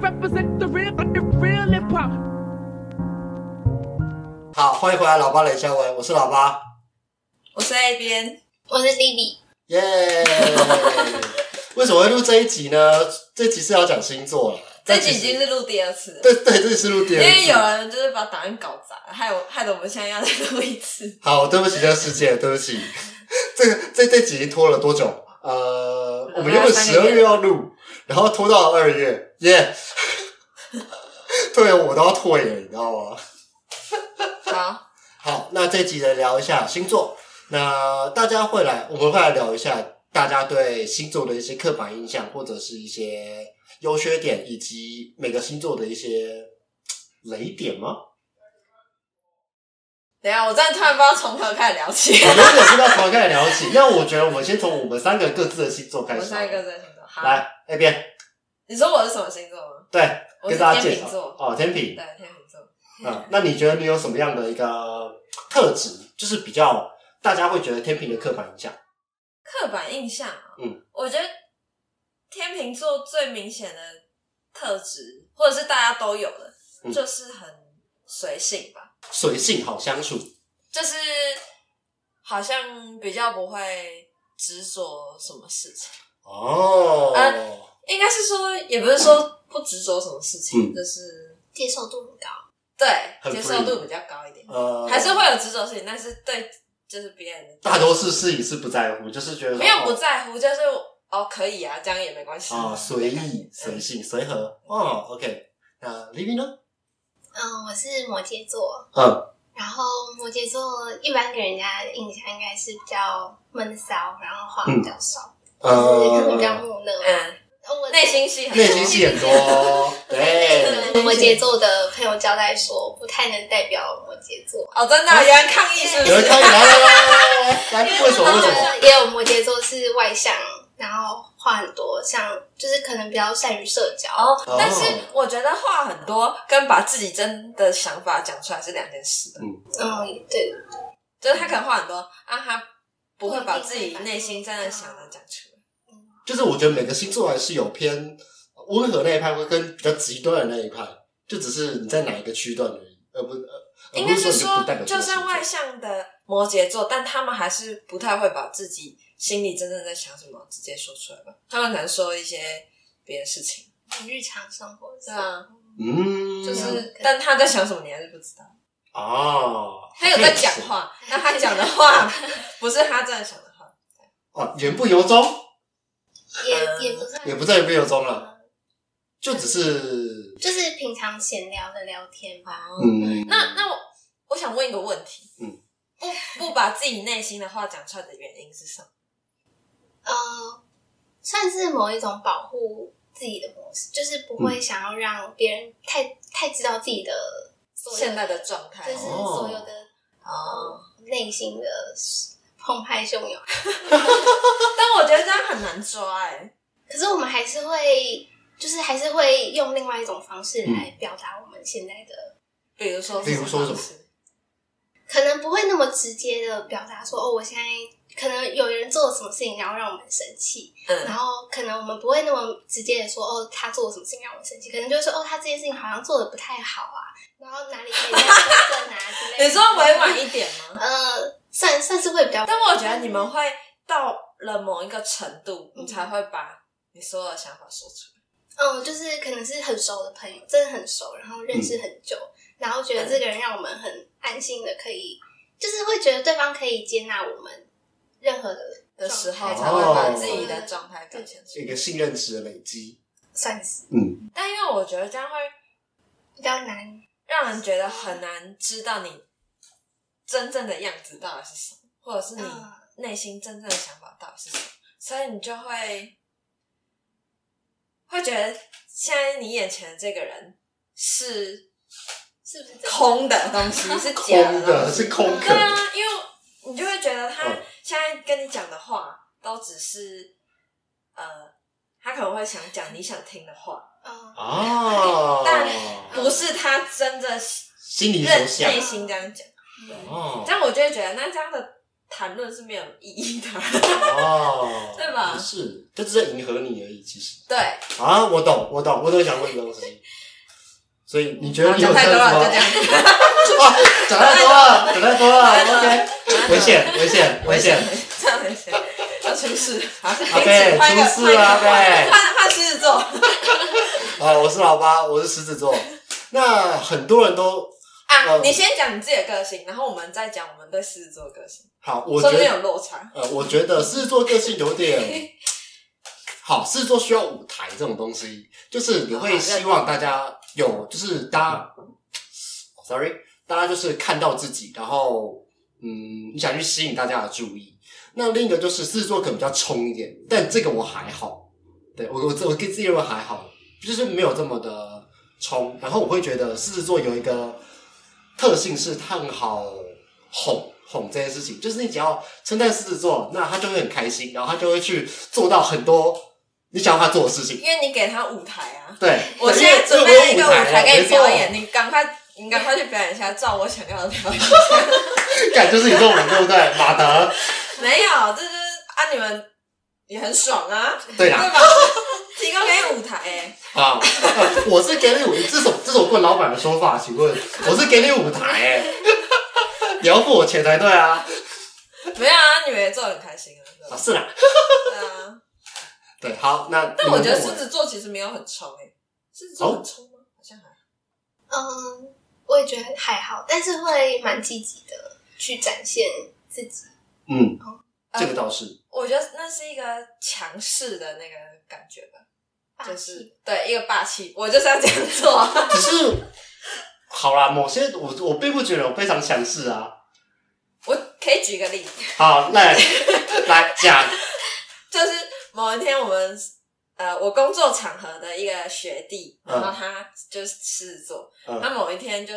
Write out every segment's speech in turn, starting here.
represent the real, the real hip hop. 好，欢迎回来，老八雷肖文，我是老八，我是 A 边，我是 Lily，耶、为什么会录这一集呢？这集是要讲星座了，这但集其已实经是录第二次了，对对，这集是 录第因二集。为有人就是把档案搞砸，害我害得我们现在要再录一次。好，对不起，这个世界，对不起，这个这这集拖了多久？呃，我们原本十二月要录，然后拖到了二月，耶、对，我都要退了，你知道吗？好， 好，那这集来聊一下星座。那大家会来，我们会来聊一下大家对星座的一些刻板印象，或者是一些优缺点，以及每个星座的一些嘖雷点吗？等一下我真的突然不知道从何开始聊起。我们也是要从头开始聊起。那我觉得我们先从我们三个各自的星座我开始。们下一个在星座，好，来那边你说我是什么星座吗？对，我跟是大家介天绍秤座，哦，天平对，天秤座。啊、那你觉得你有什么样的一个特质，就是比较大家会觉得天平的刻板印象？刻板印象、啊，嗯，我觉得天秤座最明显的特质，或者是大家都有的，嗯就是很随性吧，随性好相处，就是好像比较不会执着什么事情，哦，啊应该是说，也不是说不执着什么事情，嗯就是接受度很高，对很接 free 受度比较高一点，呃，还是会有执着事情，但是对就是别人的大多数事情是不在乎，就是觉得没有不在乎，就是哦可以啊，这样也没关系哦啊，随意、嗯随性、随和。哦，OK，那 Livy 呢？嗯，我是摩羯座，嗯，然后摩羯座一般给人家的印象应该是比较闷骚，然后话比较少，就是可能比较呃，木讷。嗯，我内心戏很内多心戏很多，对，跟摩羯座的朋友交代说，不太能代表摩羯座。哦，真的啊有人抗议是不有人是？看来来来来来，来为什么为什然么？后也有摩羯座是外向，然后话很多，像就是可能比较善于社交。哦，哦但是我觉得话很多跟把自己真的想法讲出来是两件事的，嗯，对，就是他可能话很多，啊，他不会把自己内心真的想的讲出来。就是我觉得每个星座还是有偏温和那一派，会跟比较极端的那一派，就只是你在哪一个区段而已，而不呃，应该是是说不代表，这就个星算座外向的摩羯座，但他们还是不太会把自己心里真正在想什么直接说出来吧。他们可能说一些别的事情，日常生活对上，啊，嗯，就嗯是，但他在想什么你还是不 知道。哦，他有在讲话，但他讲 的话不是他真的想的话。哦，言不由衷，嗯也也不算，也不在言不由衷了，就只是就是平常闲聊的聊天吧。嗯，那那我我想问一个问题，嗯，不不把自己内心的话讲出来的原因是什么？呃，算是某一种保护自己的模式，就是不会想要让别人太太知道自己的所有现在的状态就是所有的哦，内心的澎湃汹涌。但我觉得这样很难抓哎。可是我们还是会，就是还是会用另外一种方式来表达我们现在的，比如说，比如说什么？可能不会那么直接的表达说，哦，我现在可能有人做了什么事情，然后让我们生气，然嗯，后可能我们不会那么直接的说，哦，他做了什么事情让我们生气，可能就是说，哦，他这件事情好像做的不太好啊，然后哪里可以再更正啊之类的。你说委婉 一点吗？呃，算算是会比较，但我觉得你们会到了某一个程度，嗯你才会把你所有的想法说出来。嗯，就是可能是很熟的朋友，真的很熟，然后认识很久，然后觉得这个人让我们很安心的，可以就是会觉得对方可以接纳我们任何的，的时候状才态会把自己的状态表现出一来，个信任值的累积，算是嗯，但因为我觉得这样会比较难。让人觉得很难知道你真正的样子到底是什么，或者是你嗯内心真正的想法到底是什么，所以你就会会觉得现在你眼前的这个人是是不是真空的东西，是假空的的东西。是空对啊壳，，因为你就会觉得他嗯现在跟你讲的话都只是呃，他可能会想讲你想听的话，嗯，啊哦，但不是他真的心里认所内想心这样讲。哦嗯这，样我就会觉得，那这样的谈论是没有意义的。 哦，对吧不是，这只是迎合你而已，其实对，啊，我懂，我懂，我都想过你这东西。所以你觉得好你有讲太什多了，么就？这样。啊，讲太多了，讲太多了，OK，危险，危险，危危险险！，这样危险，要出事。阿阿贝出事啊了，阿贝换。换狮子座，啊，我是老八，我是狮子座。那很多人都啊嗯，你先讲你自己的个性，然后我们再讲我们对狮子座的个性，好，我说觉不定得有落差。呃，我觉得狮子座个性有点好，狮子座需要舞台这种东西，就是你会希望大家有，就是大家，sorry，大家就是看到自己，然后嗯，你想去吸引大家的注意。那另一个就是狮子座可能比较冲一点，但这个我还好，对我我自我跟自己认为还好，就是没有这么的冲。然后我会觉得狮子座有一个特性是他很好哄哄这件事情，就是你只要称赞狮子座，那他就会很开心，然后他就会去做到很多你想要他做的事情因。为你给他舞台啊，对，我对现在准备了一个舞台给因为你表，因为我有演，了你赶快，你赶快去表演一下，照我想要的表 演。没错感就是你这种人对不对？马德，没有，这就是啊，你们也很爽啊，对对啦，吧？提供给你舞台、欸，啊，呃 我是给你舞，这首这首棍老板的说法，请问我是给你舞台、欸，你要付我钱才对啊！没有啊，你们也做得很开心啊，对啊，吧？是啦，对啊，对，好，那但我觉得你狮们哦子座其实没有很冲诶、狮子座很冲吗？好像还好。嗯，我也觉得还好，但是会蛮积极的去展现自己。嗯呃，这个倒是，我觉得那是一个强势的那个感觉吧，霸气就是对一个霸气，我就是要这样做。 只是好啦，某些我我并不觉得我非常强势啊。我可以举个例子，好，来 来讲，就是某一天我们呃，我工作场合的一个学弟，嗯然后他就是狮子座，他嗯，某一天就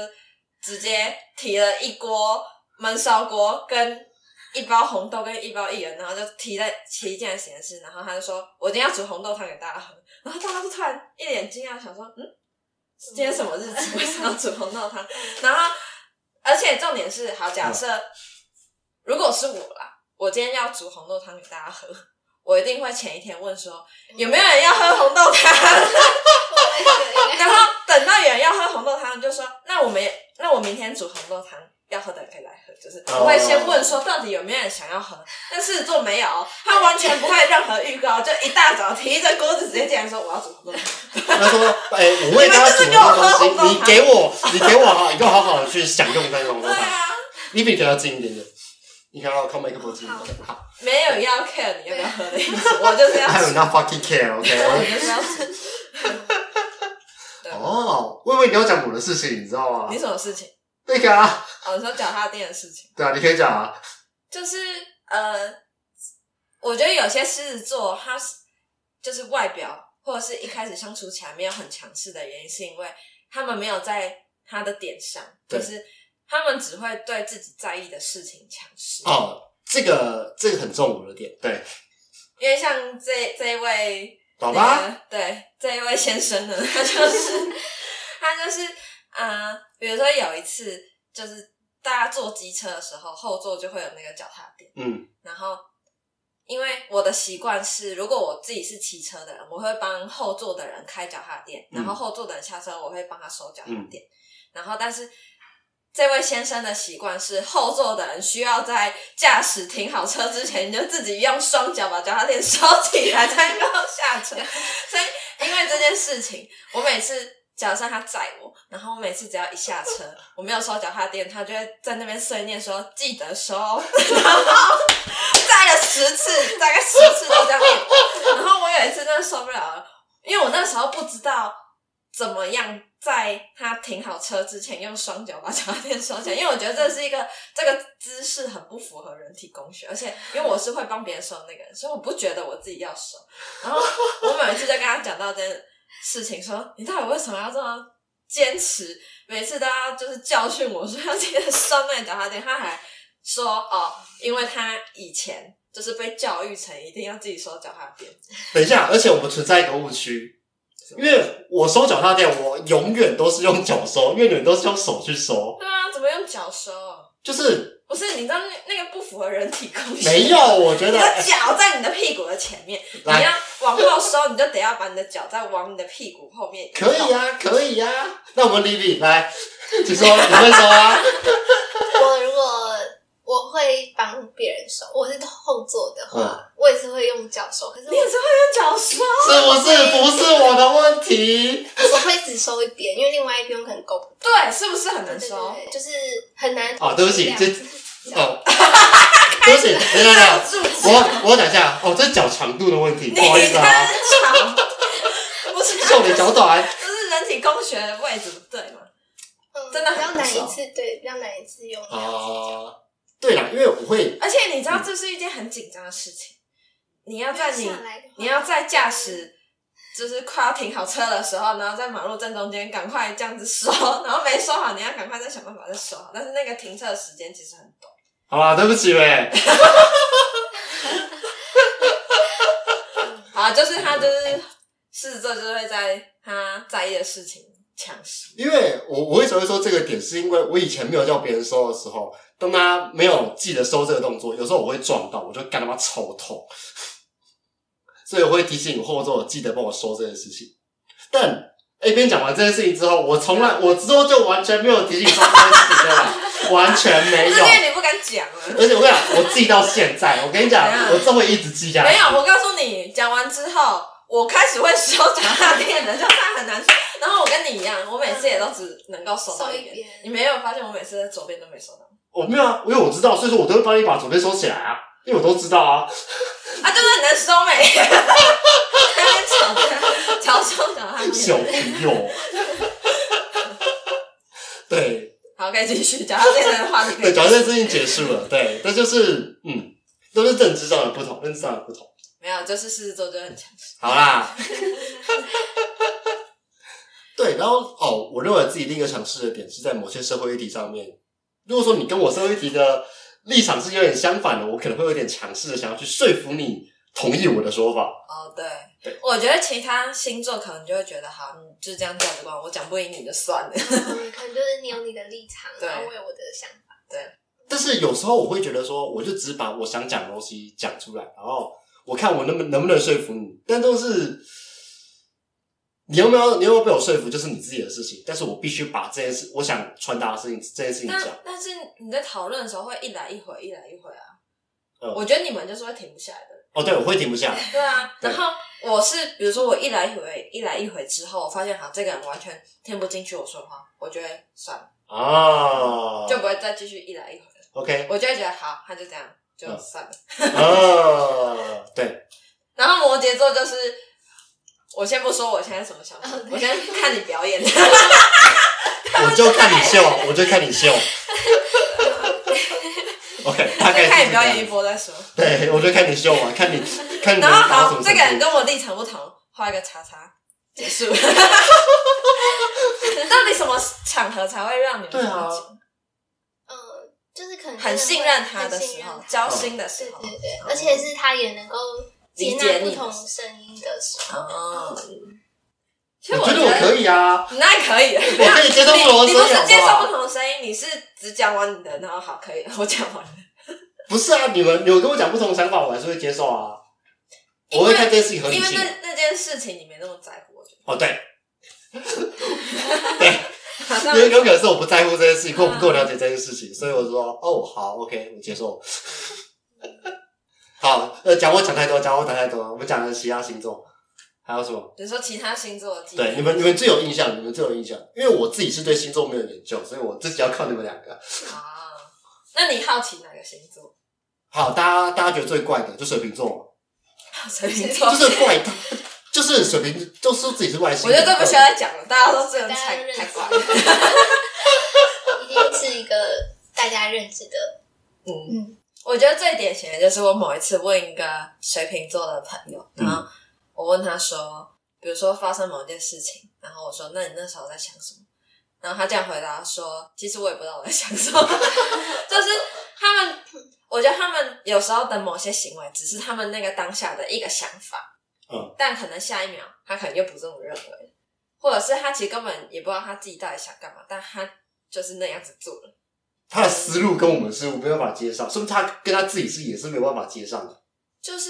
直接提了一锅焖烧锅跟一包红豆跟一包薏仁，然后就提在提进来实验室，然后他就说：“我今天要煮红豆汤给大家喝。”然后大家就突然一脸惊讶，想说：“嗯，今天什么日子？为什么要煮红豆汤？”然后，而且重点是，好假嗯设、如果是我啦，我今天要煮红豆汤给大家喝，我一定会前一天问说有没有人要喝红豆汤。 然后等到有人要喝红豆汤，就说那我们也那我明天煮红豆汤，要喝的人可以来喝。就是哦我会先问说到底有没有人想要喝，但狮子座没有哦，他完全不会任何预告，就一大早提着锅子直接进来说我要煮红豆汤。他说，哎、我为大家煮很多东西，你你们就是给给我，你给我好，你给我好好的去享用这种对东西。啊，你比较近一点点，你看哦要靠麦克风近一点。好没有要 care 你要不要喝的意思， 我就是要，I do 煮， not fucking care，OK、我就是要煮。对，哦，我以为你要讲我的事情，你知道吗你？什么事情？那个啊，哦，你说脚踏垫的事情。对啊，你可以讲啊。就是呃，我觉得有些狮子座，他是就是外表或者是一开始相处起来没有很强势的原因，是因为他们没有在他的点上，对就是他们只会对自己在意的事情强势。哦，这个这个很重我的点，对，啊因为像这这一位好那吧？个对，这一位先生呢，他就是他就是呃，比如说有一次，就是大家坐机车的时候，后座就会有那个脚踏垫，嗯，然后因为我的习惯是，如果我自己是骑车的人，我会帮后座的人开脚踏垫，嗯然后后座的人下车，我会帮他收脚踏垫，然后但是。这位先生的习惯是，后座的人需要在驾驶停好车之前，你就自己用双脚把脚踏垫收起来，才能够下车。所以因为这件事情，我每次假设他载我，然后我每次只要一下车，我没有收脚踏垫，他就会在那边碎念说记得收，然后载了十次，大概十次都这样念我。然后我有一次真的受不了了，因为我那时候不知道怎么样。在他停好车之前，用双脚把脚踏垫收起来，因为我觉得这是一个 这个姿势很不符合人体工学，而且因为我是会帮别人收的那个人，所以我不觉得我自己要收。然后我每一次就跟他讲到这件事情，说你到底为什么要这么坚持？每次都要就是教训我说要记得收那个脚踏垫，他还说哦，因为他以前就是被教育成一定要自己收脚踏垫，等一下，而且我们存在一个误区，因为我收脚踏垫，我永远都是用脚收，因为你们都是用手去收，对啊，怎么用脚收？就是不是，你知道那那个不符合人体工学。没有，我觉你得哎的脚在你的屁股的前面，你来要往后收，你就得要把你的脚再往你的屁股后面移动。可以啊，可以啊。那我们 Livy 来，请说你会说啊？我如果我会帮别人收，我是后座的嗯话，我也是会用脚收，可是你也我是会用脚收，是不是不是我的问题？我会只收一边，因为另外一边我可能够不对，是不是很难对收？对对，就是很难。嗯哦，对不起，样这 哦，对不起，等一下等一下，住我我等一下，哦，这是脚长度的问题，你不好意思 啊，长，不是，秀的脚短。这是人体工学的位置不对嘛？哦嗯真的比较很难少一次，对，比较难一次用两只脚。哦，对啦，因为我会而且你知道嗯这是一件很紧张的事情，你要在你下来的话你要在驾驶就是快要停好车的时候，然后在马路正中间赶快这样子收， 然后没收好你要赶快再想办法再收好，但是那个停车的时间其实很短。好啦，对不起喂，好，就是他就是试着就是会在他在意的事情抢食。因为我我为什么会说这个点，是因为我以前没有叫别人收的时候，当他没有记得收这个动作，有时候我会撞到，我就干他妈超痛， 所以我会提醒后座记得帮我收这件事情。但 A 边讲完这件事情之后，我从啊来我之后就完全没有提醒收这件事情了 啦，完全没那是有因。为你不敢讲了。而且我跟你讲，我记到现在，我跟你讲怎样，我这会一直记下来。啊没有，我告诉你，讲完之后，我开始会收脚踏垫的，就它很难收。 然后我跟你一样，我每次也都只能够收到收一一边。边你没有发现我每次在左边都没收到？我没有啊，因为我知道，所以说我都会帮你把左边收起来啊，因为我都知道啊。啊，就是很难收 没。在那边吵架，吵收脚踏 小垫。朋友，对好，可以继续脚踏垫的话题可对，以主要这件事情结束了，对，但就是嗯，都是认知上的不同，认知上的不同。没有，就是狮子座就很强势。好啦，对，然后哦，我认为自己另一个尝试的点是在某些社会议题上面。如果说你跟我社会议题的立场是有点相反的，我可能会有点强势的想要去说服你同意我的说法。哦，对对，我觉得其他星座可能就会觉得，好，你就是这样价值观，我讲不赢你 就算了。嗯可能就是你有你的立场， 对然后我有我的想法。但是有时候我会觉得说，我就只把我想讲的东西讲出来，然后我看我能不能不能说服你。但都是你有没有你有没有被我说服，就是你自己的事情。但是我必须把这件事我想传达的事情这件事情但讲。但是你在讨论的时候会一来一回，一来一回啊。嗯我觉得你们就是会停不下来的人。哦，对，我会停不下来。对啊，对然后我是比如说我一来一回，一来一回之后，我发现好这个人完全听不进去我说的话，我就会算了，啊，就不会再继续一来一回。 OK 我就会觉得好，他就这样就嗯算了。啊，对，然后摩羯座就是，我先不说我现在什么想法，哦我先看你表演。我就看你秀，我就看你秀。OK，大概 先是这看你表演一样。波再说。对，我就看你秀嘛，看你看你能然后达到什好，么这个程人度。跟我立场不同，画一个叉叉，结 束。到底什么场合才会让你们对啊这么嗯，就是可紧能真的很会信任他的很时信任候，他交心的对时候，嗯对对，而且是他也能够接理解纳你不的同声音的时候。哦。嗯其实我我觉得我可以，以啊，那可以，我可以接受不同的声音你你不好不好是接受不同的声音，你是只讲完你的，然后好可以，我讲完了。不是啊，你们你们跟我讲不同的想法，我还是会接受啊。因为我会看这件事情合理因为性。那那件事情你没那么在乎，我觉哦，对，得。 因为有可能是我不在乎这件事情，或我啊不够了解这件事情，所以我说哦，好，OK，我接受。 好，呃，讲我讲太多，讲我讲太多，我们讲了其他星座，还有什么？比如说其他星座的记忆，对，你们你们最有印象，你们最有印象，因为我自己是对星座没有研究，所以我自己要靠你们两个。啊，那你好奇哪个星座？ 好，大家大家觉得最怪的就水瓶座水瓶座嘛，就是怪 的，就是水瓶，就说自己是外星我人。觉得这不需啊要再讲了，大家都这样太大家都认识太怪了。已经是一个大家认知的，嗯，嗯，我觉得最典型的就是我某一次问一个水瓶座的朋友，然后我问他说，比如说发生某件事情，然后我说，那你那时候在想什么？然后他这样回答说，其实我也不知道我在想什么， 就是他们，我觉得他们有时候的某些行为，只是他们那个当下的一个想法，嗯，但可能下一秒他可能又不这么认为，或者是他其实根本也不知道他自己到底想干嘛，但他就是那样子做了。他的思路跟我们是没办法接上，说明他跟他自己是也是没有办法接上的。就是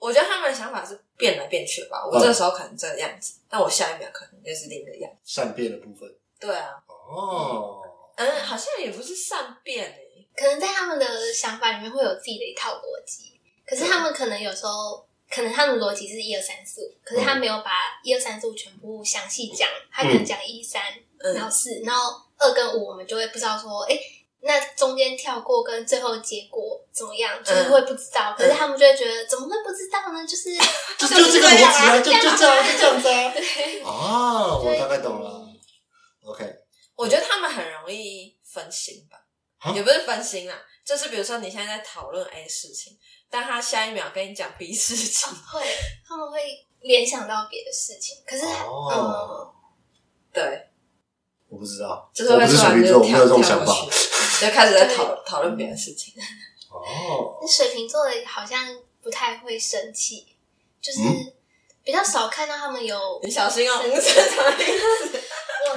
我觉得他们的想法是变来变去吧。我这时候可能这个样子，但我下一秒可能就是另一个样子。善变的部分对啊，哦，嗯，好像也不是善变欸诶、可能在他们的想法里面会有自己的一套逻辑，可是他们可能有时候，可能他们逻辑是一二三四五，可是他没有把一二三四五全部详细讲，他可能讲一三，然后嗯，四，然后二跟五，我们就会不知道说，哎、那中间跳过跟最后结果怎么样，就是嗯会不知道。可是他们就会觉得，怎么会不知道 呢？就是就就是这个逻这辑样啊，啊就就这样，就这样子 啊。对，啊，我对大概懂了。OK，我觉得他们很容易分心吧啊，也不是分心啦，就是比如说你现在在讨论 A 事情，但他下一秒跟你讲 B 事情，会他们会联想到别的事情，可是嗯他哦 对，我不知道， 就是会我不是突水然瓶座，就我没有跳这跳种想法。过去，就开始在讨讨论别的事 情。哦，嗯水瓶座的好像不太会生气，就是嗯比较少看到他们有。你小心哦、不是什么意思我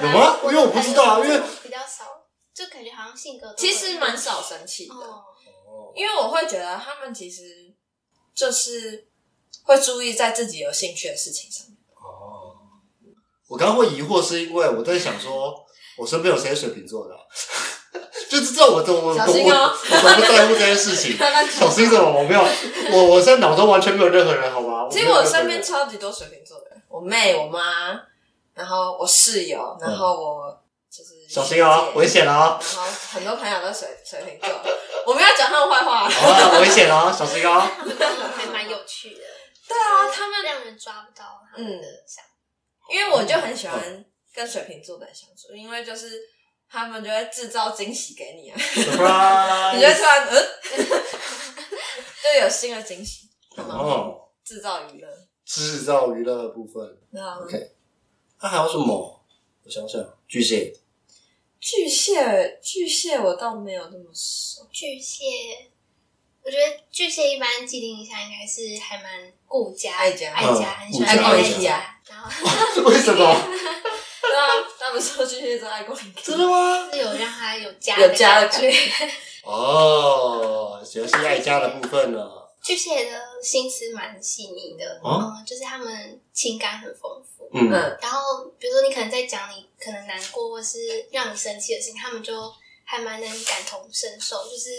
有吗的因为我不知道啊朋友因为比较少，就感觉好像性格都其实会蛮少生气的，哦，因为我会觉得他们其实就是会注意在自己有兴趣的事情上面。哦，我刚刚会疑惑是因为我在想说，我身边有谁是水瓶座的啊、 就是知道我我我我小我心哦我不在乎这件事情，小心什么？我没有，我我现在脑中完全没有任何人，好吗？ 其实没有我任何身人边超级多水瓶座的人，我妹、嗯我妈，然后我室友，然后我就是小心哦，危学姐险哦，然后很多朋友都水水瓶座，我们要讲他们 坏话。好啊，危险哦，小心哦。他们真的还蛮有趣的。 对啊，他们让人抓不到他们嗯的想法。因为我就很喜欢跟水瓶座的人相处，因为就是他们就会制造惊喜给你啊，你就会 surprise 突然嗯， 就有新的惊喜，哦，制造娱乐。啊制造娱乐的部分，那 OK 那、还有什么？我想想，巨蟹 巨蟹，巨蟹我倒没有那么熟，巨蟹，我觉得巨蟹一般既定印象应该是还蛮顾家、爱家爱嗯家，很喜顾欢家爱爱家。然后为什么？对啊，他们说巨蟹座爱过一个，真的吗？是有让他有家有家的感感觉觉。哦，主要是爱家的部分呢。巨蟹的心思蛮细腻的，哦嗯，就是他们情感很丰富。嗯嗯，然后，比如说你可能在讲你可能难过或是让你生气的事情，他们就还蛮能感同身受，就是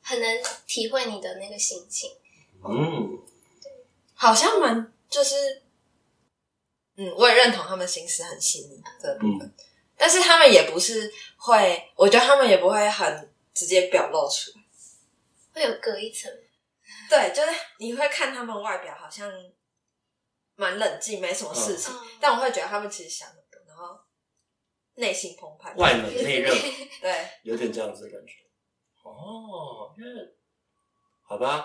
很能体会你的那个心情。嗯，好像蛮就是，嗯，我也认同他们心思很细腻这部嗯分，但是他们也不是会，我觉得他们也不会很直接表露出来。会有隔一层，对，就是你会看他们外表好像蛮冷静，没什么事情，嗯嗯但我会觉得他们其实想很多，然后内心澎湃。外冷内热，对，有点这样子的感觉。哦，因为好吧，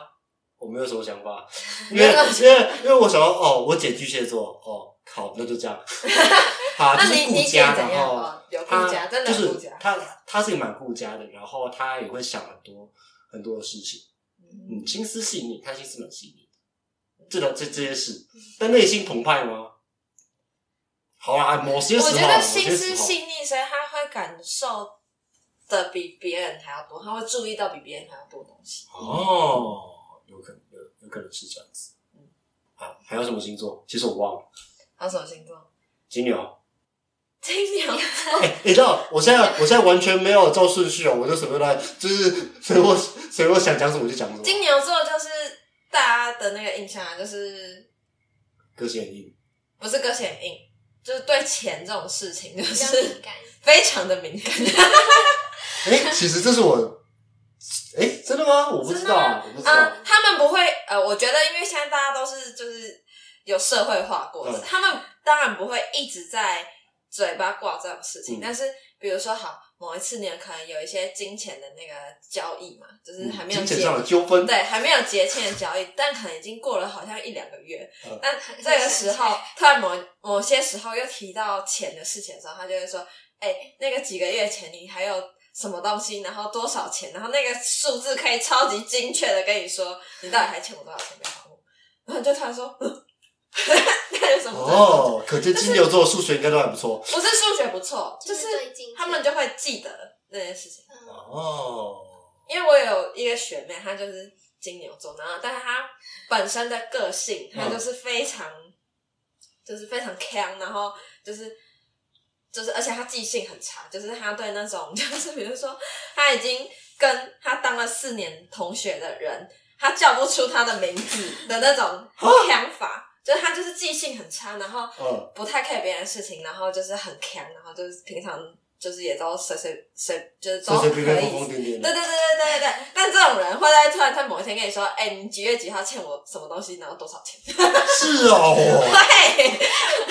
我没有什么想 法，因为因为因为我想到哦，我姐巨蟹座，哦，好，那就这样。 好，啊就那是你顾你姐家，怎然样？后哦有他顾家，真的就有顾是家。他，他是一个蛮顾家的，然后他也会想很多很多的事情，嗯，心思细腻，他心思蛮细腻的，这种这这些事，嗯但内心澎湃吗？好啦，某些时候我啊，觉得某些心时思候细腻，所以他会感受的比别人还要多，他会注意到比别人还要多东西。哦，有可能有有可能是这样子。嗯啊，还有什么星座？其实我忘了，他什么星座？金牛。 金牛。 哎、你知道，我现在我现在完全没有照顺序哦，我就随便来，就是随我随我想讲什么我就讲什么。金牛座就是大家的那个印象啊，就是个性很硬，不是个性很硬，就是对钱这种事情就 比较敏是 感。非常的敏感。哎、其实这是我，哎、真的吗？我不知道啊，我不知道。啊，他们不会，呃，我觉得因为现在大家都是就是有社会化过，嗯他们当然不会一直在嘴巴挂这种事情，嗯但是比如说好。某一次你可能有一些金钱的那个交易嘛，就是嗯还没有嗯金结钱上的纠纷，对，还没有结清的交易，但可能已经过了好像一两个月。嗯但这个时候，突然某某些时候又提到钱的事情的时候，他就会说：“哎、那个几个月前你还有什么东西，然后多少钱，然后那个数字可以超级精确的跟你说，你到底还欠我多少钱没还我。”然后你就突然说：“嗯 那有什么？”哦，可见金牛座数学应该都还不错。不是数学不错，就是对金钱他们就会记得那件事情。嗯哦，因为我有一个学妹，她就是金牛座，然后但是她本身的个性，她嗯就是非常，就是非常强，然后就是就是，而且她记性很差，就是她对那种 就是比如说，她已经跟她当了四年同学的人，她叫不出她的名字 的那种啊强法。就是她就是记性很差，然后嗯不太 care 别人的事情，然后就是很强，然后就是平常就是也都随随随就是都随可随以便便疯疯癫癫的，对对对对对对，但这种人会在突然在某一天跟你说：“哎、你几月几号欠我什么东西，然后多少钱是？”哦，对，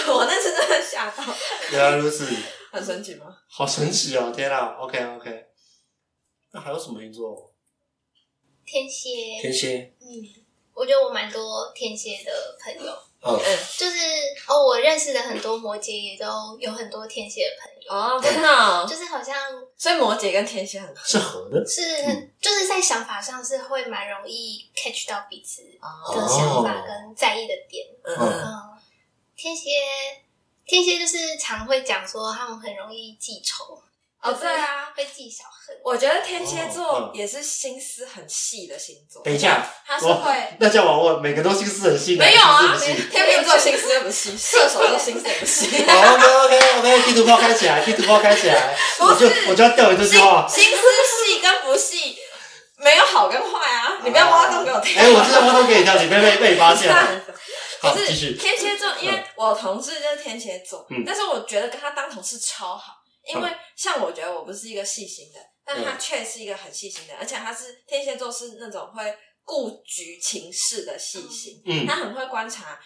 我那次真的吓到，原来如此，很神奇吗？好神奇哦！天啊，OK OK，那还有什么星座？天蝎，天蝎，嗯，我觉得我蛮多天蝎的朋友，嗯嗯，就是哦，我认识的很多摩羯也都有很多天蝎的朋友，哦，真的哦、就是好像所以摩羯跟天蝎很嗯合是合的是很，就是在想法上是会蛮容易 catch 到彼此的哦，想法跟在意的点。嗯嗯嗯嗯，天蝎，天蝎就是常会讲说他们很容易记仇，哦，对啊，会记小恨。我觉得天蝎哦哎座嗯也是心思很细的星座，等一下，他啊是我会。那这样我问，每个都心思很细，没有啊，哪个心思很细哦天秤座心思又 不细，射手座心思也不细，心好，OK OK OK，地图炮开起来，地图炮开起来，我就我就要钓鱼这句话。心思细跟不细没有好跟坏啊， 你不要挖洞给我听。哎、我知道挖洞给你跳，你被被被你发现了。好，不继是续。天蝎座，因为我同事就是天蝎座，嗯但是我觉得跟他当同事超好，因为像我觉得我不是一个细心的，但嗯他却是一个很细心的，而且他是天蝎座是那种会顾局情势的细心，嗯他很会观察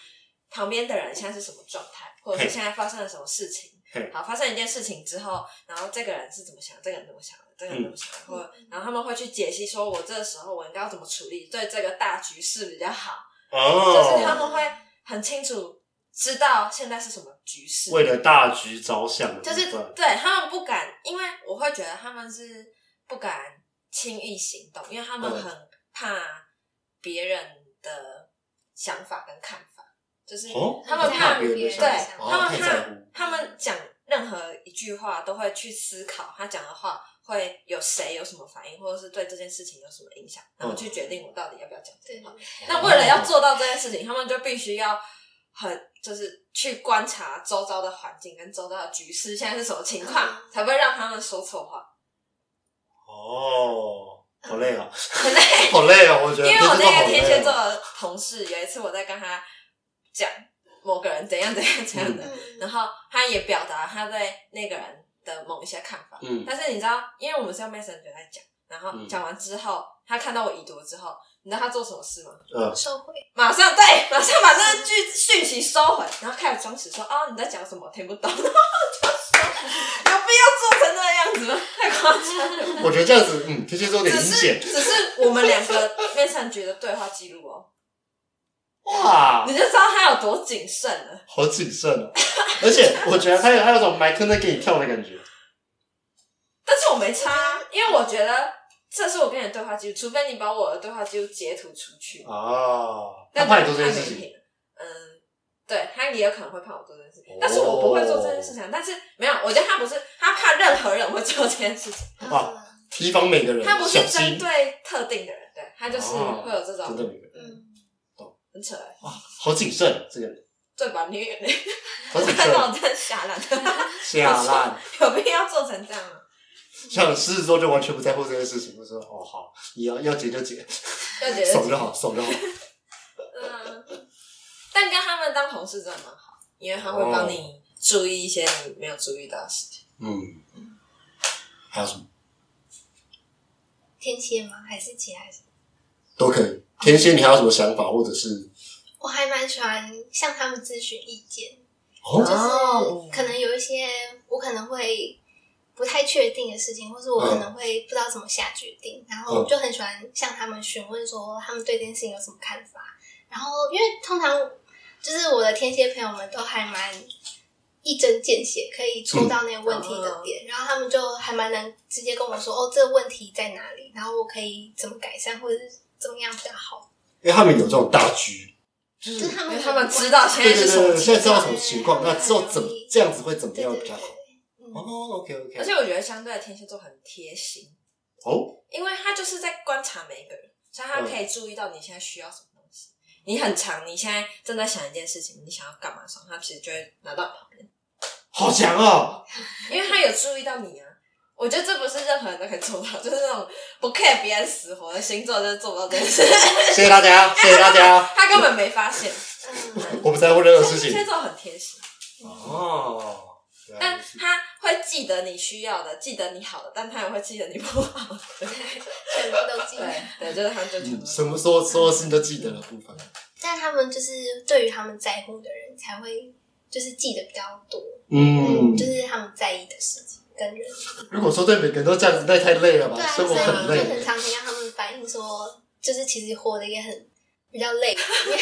旁边的人现在是什么状态，或者是嘿现在发生了什么事情嘿。好，发生一件事情之后，然后这个人是怎么想，这个人怎么想的，这个人怎么想的，或者嗯然后他们会去解析，说我这时候我应该要怎么处理，对这个大局势比较好。就是他哦，们会很清楚知道现在是什么局势，为了嗯大局着想的部就分，是对他们不敢，因为我会觉得他们是不敢轻易行动，因为他们嗯很怕别人的想法跟看法，就是哦他们怕怕别人的对想对法哦他们太怕在乎。他们讲任何一句话都会去思考，他讲的话会有谁有什么反应，或者是对这件事情有什么影响，然后去决定我到底要不要讲这对句话。那为了要嗯做到这件事情，他们就必须要很就是去观察周遭的环境跟周遭的局势现在是什么情况，才不会让他们说错 话。哦，好累哦，很累，好累哦，我觉因得。为我这那好个累天哦蝎座的同事，有一次我在跟他讲某个人怎样怎样怎样的，嗯，然后他也表达他对那个人的某一些看法。嗯，但是你知道，因为我们是用 Messenger 在讲，然后嗯讲完之后，他看到我已读之后，你知道他做什么事吗？呃，受贿，马上对，马上把这个句讯息收回，然后开始装死说啊、你在讲什么，我听不懂。然后 我就说有必要做成那个样子吗？太夸张了。我觉得这样子，嗯，天蝎座有点只阴是险只是我们两个面上局的对话记录哦，哇，你就知道他有多谨慎了。好谨慎哦。而且我觉得他有他有种埋坑在给你跳的感觉。但是我没差啊，因为我觉得这是我跟你的对话记录，除非你把我的对话记录截图出去，哦，那他怕你做这件就事太没情。品了。嗯，对他也有可能会怕我做这件事情，但哦是我不会做这件事情啊。但是没有，我觉得他不是他怕任何人会做这件事情。哇提防每个人，他不是小针心，对特定的人，对他就是哦会有这针种对每个人，嗯，很扯欸，好谨慎，这个人对吧？女演员，好我谨看到慎，我真的吓烂，下烂。 有必要做成这样吗？啊像狮子座就完全不在乎这件事情，就说哦好，你要要解就解，就觉爽得就好，爽就好。嗯，但跟他们当同事真的蛮好，因为他会帮你注意一些你没有注意到的事情。嗯，还有什么天蝎吗？还是其他？都可以。天蝎，你还有什么想法，或者是我还蛮喜欢向他们咨询意见，就哦哦是可能有一些我可能会不太确定的事情，或是我嗯可能会不知道怎么下决定，然后就很喜欢向他们询问说他们对这件事情有什么看法。然后因为通常就是我的天蝎朋友们都还蛮一针见血，可以嗯戳到那个问题的点，然后他们就还蛮能直接跟我说哦，这个问题在哪里，然后我可以怎么改善，或者是怎么样比较好。因为他们有这种大局，就就是他们因为他们知道现对对在是对什么对，现情在知道况什。么情况，那之后怎么这样子会怎么对样对比对较好？对，嗯哦，OK 而 OK，且我觉得相对的天蝎座很贴心，哦，因为他就是在观察每一个人，所以他可以注意到你现在需要什么东西。你很长，你现在正在想一件事情，你想要干嘛的时候，他其实就会拿到你旁边，好强哦！因为他有注意到你啊。我觉得这不是任何人都可以做到，就是那种不 care 别人死活的星座，就是做不到这件事。 谢谢大家，谢谢大家。他根本没发现，嗯，我不在乎任何所事以情天。蝎座很贴心。哦，原来但如此他会记得你需要的，记得你好的，但他也会记得你不好的。全部都记对得。 对，就是他们就全嗯部。什么所有所有事情都记得了部分。但他们就是对于他们在乎的人才会就是记得比较多，嗯，就是他们在意的事情跟人。如果说对每个人都这样子，那也太累了吧对，啊，所生以活就很很累。常听到他们反映说，就是其实活得也很比较累，因为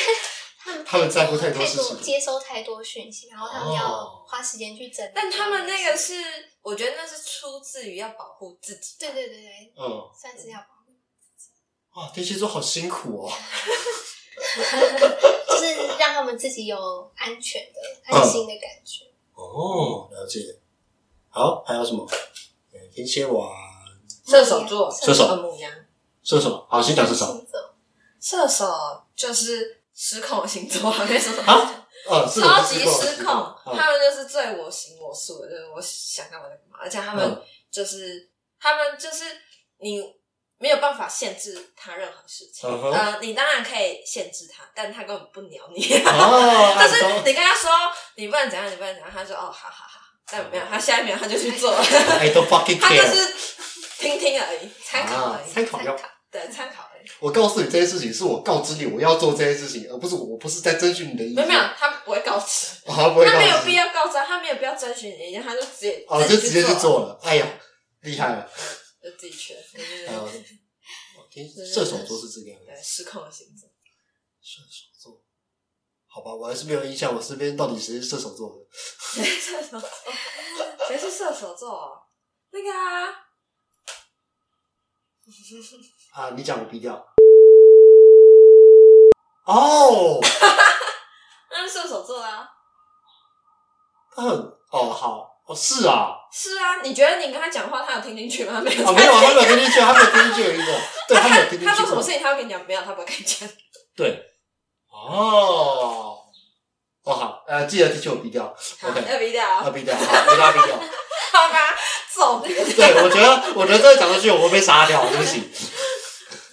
他们他们在乎 太太多事情接收太多讯息，然后他们要哦花时间去整理。但他们那个是，我觉得那是出自于要保护自己。对对对对，嗯，算是要保护，哇，天蝎座好辛苦哦。就是让他们自己有安全的、安心的感觉。哦，了解。好，还有什么？呃天蝎王，射手座，射手呃母羊，射手。好，先讲射手。星座射手就是失控的星座， 没什么。啊呃，射手超是级失失控，嗯他们就是最我行我素的，就是我想干嘛就干嘛，而且他们嗯就是、他们就是你没有办法限制他任何事情，嗯哼呃，你当然可以限制他，但他根本不 鸟你，哦，就是那都你跟他说你不能怎样，你不能怎样，他说哦，好好好，但没有，他下一秒他就去 做了，哎，都 fucking 他就是 care。听听而已，参考而已，啊参考用对，参考而已。我告诉你这件事情，是我告知你我要做这件事情，而不是我不是在征询你的意没有见。没有，他不会告知，哦，好不会告他知没有必要告知，他没有必要征询你的意见，他就直接哦，就自直己接去了做了。哎呀，厉害了！就自己去了，就是还有，哦天射手座是这个样对子。失控的 星座。射手座，好吧，我还是没有印象，我身边到底谁是射手座的。谁是射手座？谁是射手座？那个啊，啊，你讲我低调。哦，那是射手座啊。他很哦好哦是啊，是啊，你觉得你跟他讲话，他有听进去吗？没有，啊没有啊，他没有听进去，他没有听进去而已的，对他他没有听进去。他做什么事情，他会跟你讲，没有，他不会跟你讲。对，哦，哦好，呃，记得提醒我低调，好， OK 要低调要啊，低调，好，我要低调。好吧，揍别人。 对，我觉得，我觉得这讲出去，我会被杀掉，对不起。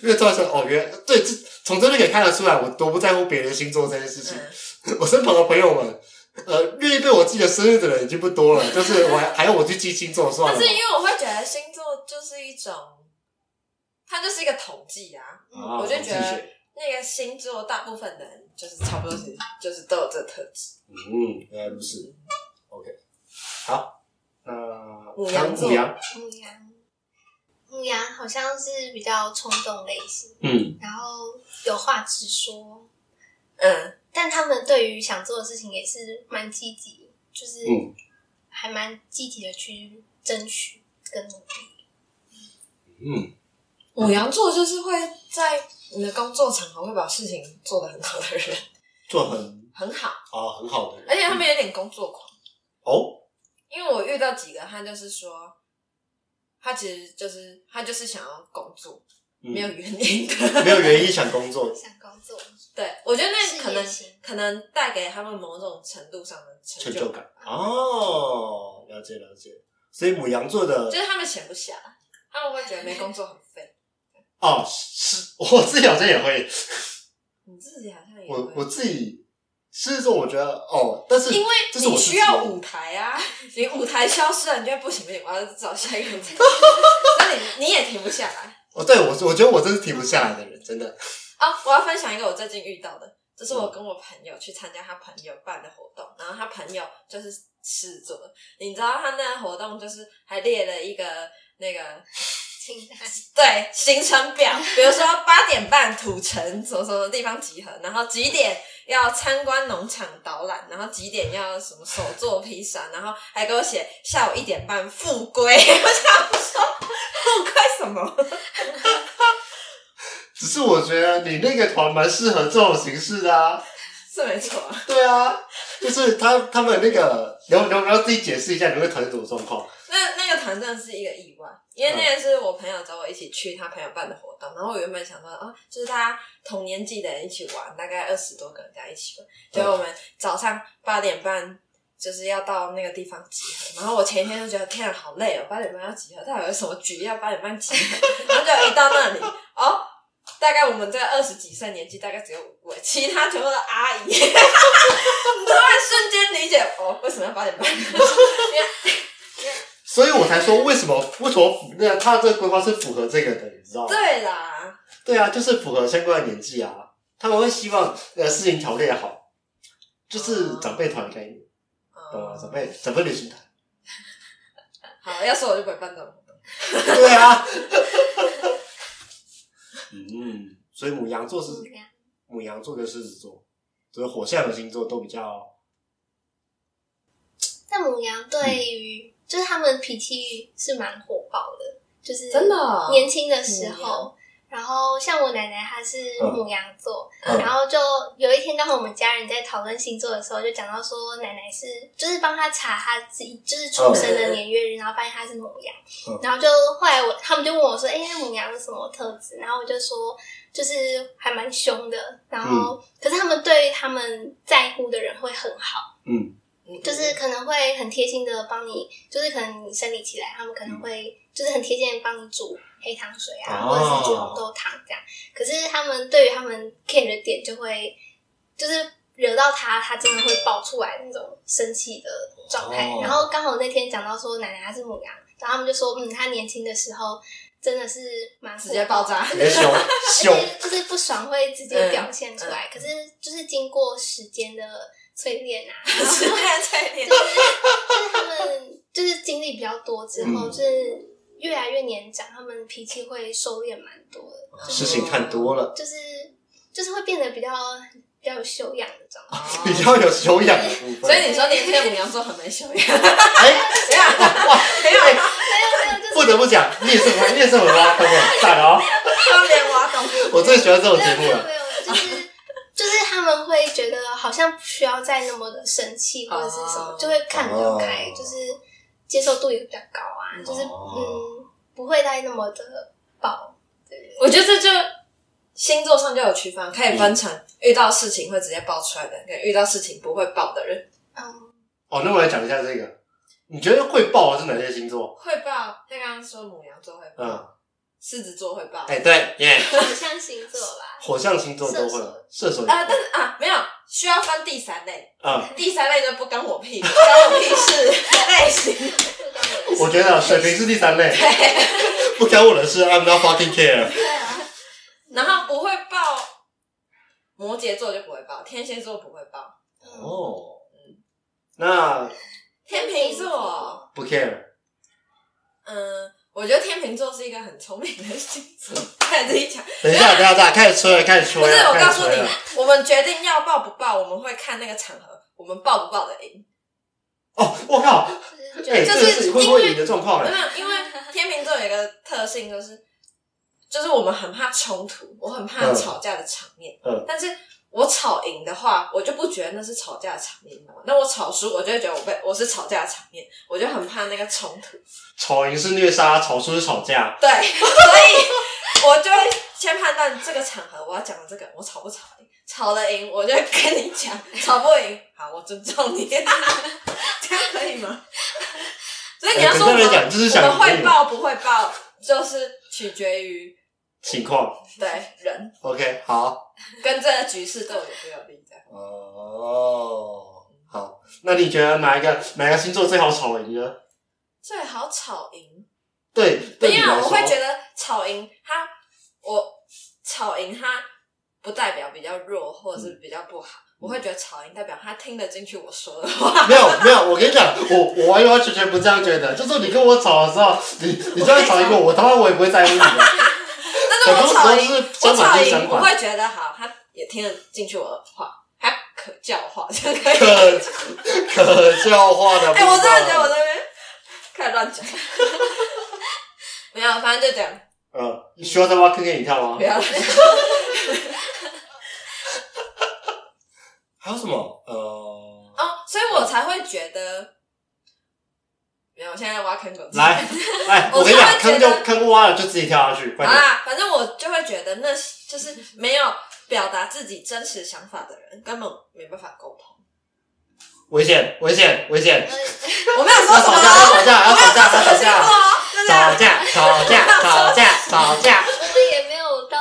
因为突然想，哦，原来对，这从这里可以看得出来，我多不在乎别人星座这件事情。嗯我身旁的朋友们，呃，愿意被我记得生日的人已经不多了，就是我还还要我去记星座算但了是。因为我会觉得星座就是一种，它就是一个统计啊。啊我就觉统计得学那个星座大部分的人就是差不多是就是都有这个特质。嗯，原来如此。OK，好，那母羊座母羊，母羊，母羊好像是比较冲动类型，嗯，然后有话直说，嗯，但他们对于想做的事情也是蛮积极，就是嗯还蛮积极的去争取跟努力。嗯，母羊座就是会在你的工作场合会把事情做得很好的人，做很很好，哦很好的，而且他们有点工作狂。哦，因为我遇到几个，他就是说，他其实就是他就是想要工作，嗯没有原因的。没有原因想工作，想工作， 对，我觉得那可能事业心可能带给他们某种程度上的成成就就，感。哦，了解了解。所以母羊座的就是他们闲不下来，他们会觉得没工作很废。哦，是 我自己好像也会，你自己好像也会我我自己是说我觉得哦，但是因为这是我你自己哦需要舞台啊，你舞台消失了，你就会不行不行，我要找下一个舞台， 所以你你也停不下来。哦，对我我觉得我真是停不下来的人，真的。哦，我要分享一个我最近遇到的，这是我跟我朋友去参加他朋友办的活动，然后他朋友就是狮子座的，你知道他那个活动就是还列了一个那个 清单 对行程表，比如说 八点半土城什么什么地方集合，然后几点要参观农场导览，然后几点要什么手做披萨，然后还给我写下午一点半复归， 我想说复归什么？ 只是我觉得你那个团蛮适合这种形式的啊。是没错啊，对啊，就是他他们那个，你要你要不要自己解释一下你那个团是什么状况？那那个团真的是一个意外，因为那个是我朋友找我一起去他朋友办的活动，然后我原本想说啊，就是大家同年纪的人一起玩，大概二十多个人在一起玩，结果我们早上八点半就是要到那个地方集合，然后我前一天就觉得天啊好累哦，八点半要集合，到底有什么局要八点半集合？ 然后就一到那里哦。大概我们这二十几岁年纪，大概只有五位，其他全部都阿姨。你 突然瞬间理解哦，为什么要八点半？ 所以我才说为什么为什么符那他这个规划是符合这个的，你知道吗？对啦，对啊，就是符合相关的年纪啊，他们会希望呃事情条列好，就是长辈团的概念，懂吗？长嗯，辈长辈旅行团， 好，要是我就不会办这种活动。对啊， 嗯，所以母羊座是嗯这样母羊座跟狮子座，就是火象的星座都比较但母羊对于、就是他们脾气是蛮火爆的，就是真的哦年轻的母时羊候。然后像我奶奶她是母羊座，嗯然后就有一天刚好我们家人在讨论星座的时候，就讲到说奶奶是就是帮她查她自己就是出生的年月日，然后发现她是母羊，嗯然后就后来我他们就问我说，哎、那母羊是什么特质？然后我就说就是还蛮凶的，然后、可是他们对他们在乎的人会很好。嗯嗯就是可能会很贴心的帮你，就是可能你生理期来，他们可能嗯会就是很贴心的帮你煮黑糖水啊，哦或者是煮红豆汤这样。可是他们对于他们 care 的点，就会就是惹到他，他真的会爆出来那种生气的状态。哦然后刚好那天讲到说奶奶她是母羊，然后他们就说，嗯，她年轻的时候真的是蛮直接爆炸 火爆别凶凶，而且就是不爽会直接表现出来。嗯可是就是经过时间的淬 炼啊，然后是在在就是练，就是他们 就是经历比较多之后，嗯就是越来越年长，他们脾气会收敛蛮多的，事情看多了，就是就是会变得比较比较有修养的 状态。比较有修养的部哦所分以。你说年轻的母羊座很没修 养，哎，怎 样？没有，没有没有，不就是得不讲，你也是我，你也是我挖坑的，赞哦！就连挖洞。我最喜欢这种没节有目没有了。没有，就是。 就是他们会觉得好像不需要再那么的生气或者是什么哦就会看比较开啊哦就是接受度也比较高啊嗯就是哦嗯不会再那么的爆。我觉得这就星座上就有区分，可以分成遇到事情会直接爆出来的人，跟遇到事情不会爆的人。嗯，哦，那我来讲一下这个，你觉得会爆的是哪些星座？会爆，他刚刚说母羊座会嗯，爆，狮子座会爆，哎，对，耶，火象星座吧，火象星座都会，射手也啊，但会，是啊，没有需要分第三类，啊，第三类就不跟我屁，关我屁事 类型。就跟我我觉得水瓶是第三类，不干我的事，I'm not fucking care。对啊，然后不会爆，摩羯座就不会爆，天蝎座不会爆，嗯哦，那天秤座，不 care，嗯，我觉得天秤座是一个很聪明的星座，看自己讲。等一下，等一下，等一下，开始吹了，开始吹不了，是，我开告始诉吹你啊了。，我们决定要爆不爆，我们会看那个场合，我们爆不爆的赢。哦，我靠，就是觉哎，得就这是个是会不会你的状况没哎？有，因为天秤座有一个特性就是，就是我们很怕冲突，我很怕嗯吵架的场面。嗯但是我吵赢的话，我就不觉得那是吵架的场面，你懂吗？那我吵输，我就会觉得我被我是吵架的场面，我就很怕那个冲突。吵赢是虐杀，吵输是吵架。对，所以我就会先判断这个场合我要讲的这个，我吵不吵赢，吵得赢我就会跟你讲，吵不赢，好，我尊重你， 这样可以吗？ 所以你要说我哎们简单来讲就是想我们赢会而已爆不会爆，就是取决于情况。对人 OK，好。跟这个局势对我有没有利这样。哦，好。那你觉得哪一个哪个星座最好吵赢呢？最好吵赢，对，不对你要，来我说，会觉得吵赢他，我吵赢他不代表比较弱或者是比较不好，我会觉得吵赢代表他听得进去我说的 话。没有没有。我跟你讲，我我完完全全不这样觉得。就是你跟我吵的时候，你你就算吵赢我，我他妈我也不会在乎你的。 但是我吵赢，很多时候是相反就我吵是赢，相我反会觉得好，他也听得进去我的话，他可教化，这样 可以。可可笑话的部分。 哎、我真的觉得我在那边开始乱讲， 没有，反正就这 样，嗯，你需要再挖坑给你跳吗不？要了。 还有什么？呃，呃哦，所以我才会觉得，没有，我现在挖坑给我自己 来哎，我我跟你讲，突坑然觉就得啊坑挖了就自己跳下去，快好点。啦，反正我就会觉得那就是没有表达自己真实想法的人，根本没办法沟 通。危险，危险，危险！呃我没有说要什吵么架，哦，要吵架，要我没有吵说架，什么要吵架！星座哦，对不吵架，吵架，吵对？架，吵架！ 我们也没有到，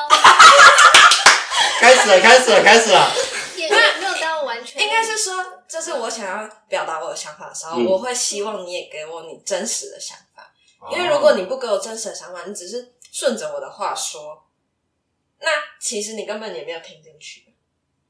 开始了，开始了，开始了！也没有到完全，应该是说，就是我想要表达我的想法的时候，嗯我会希望你也给我你真实的想法，因为如果你不给我真实的想法，你只是顺着我的话说，那其实你根本也没有听进去。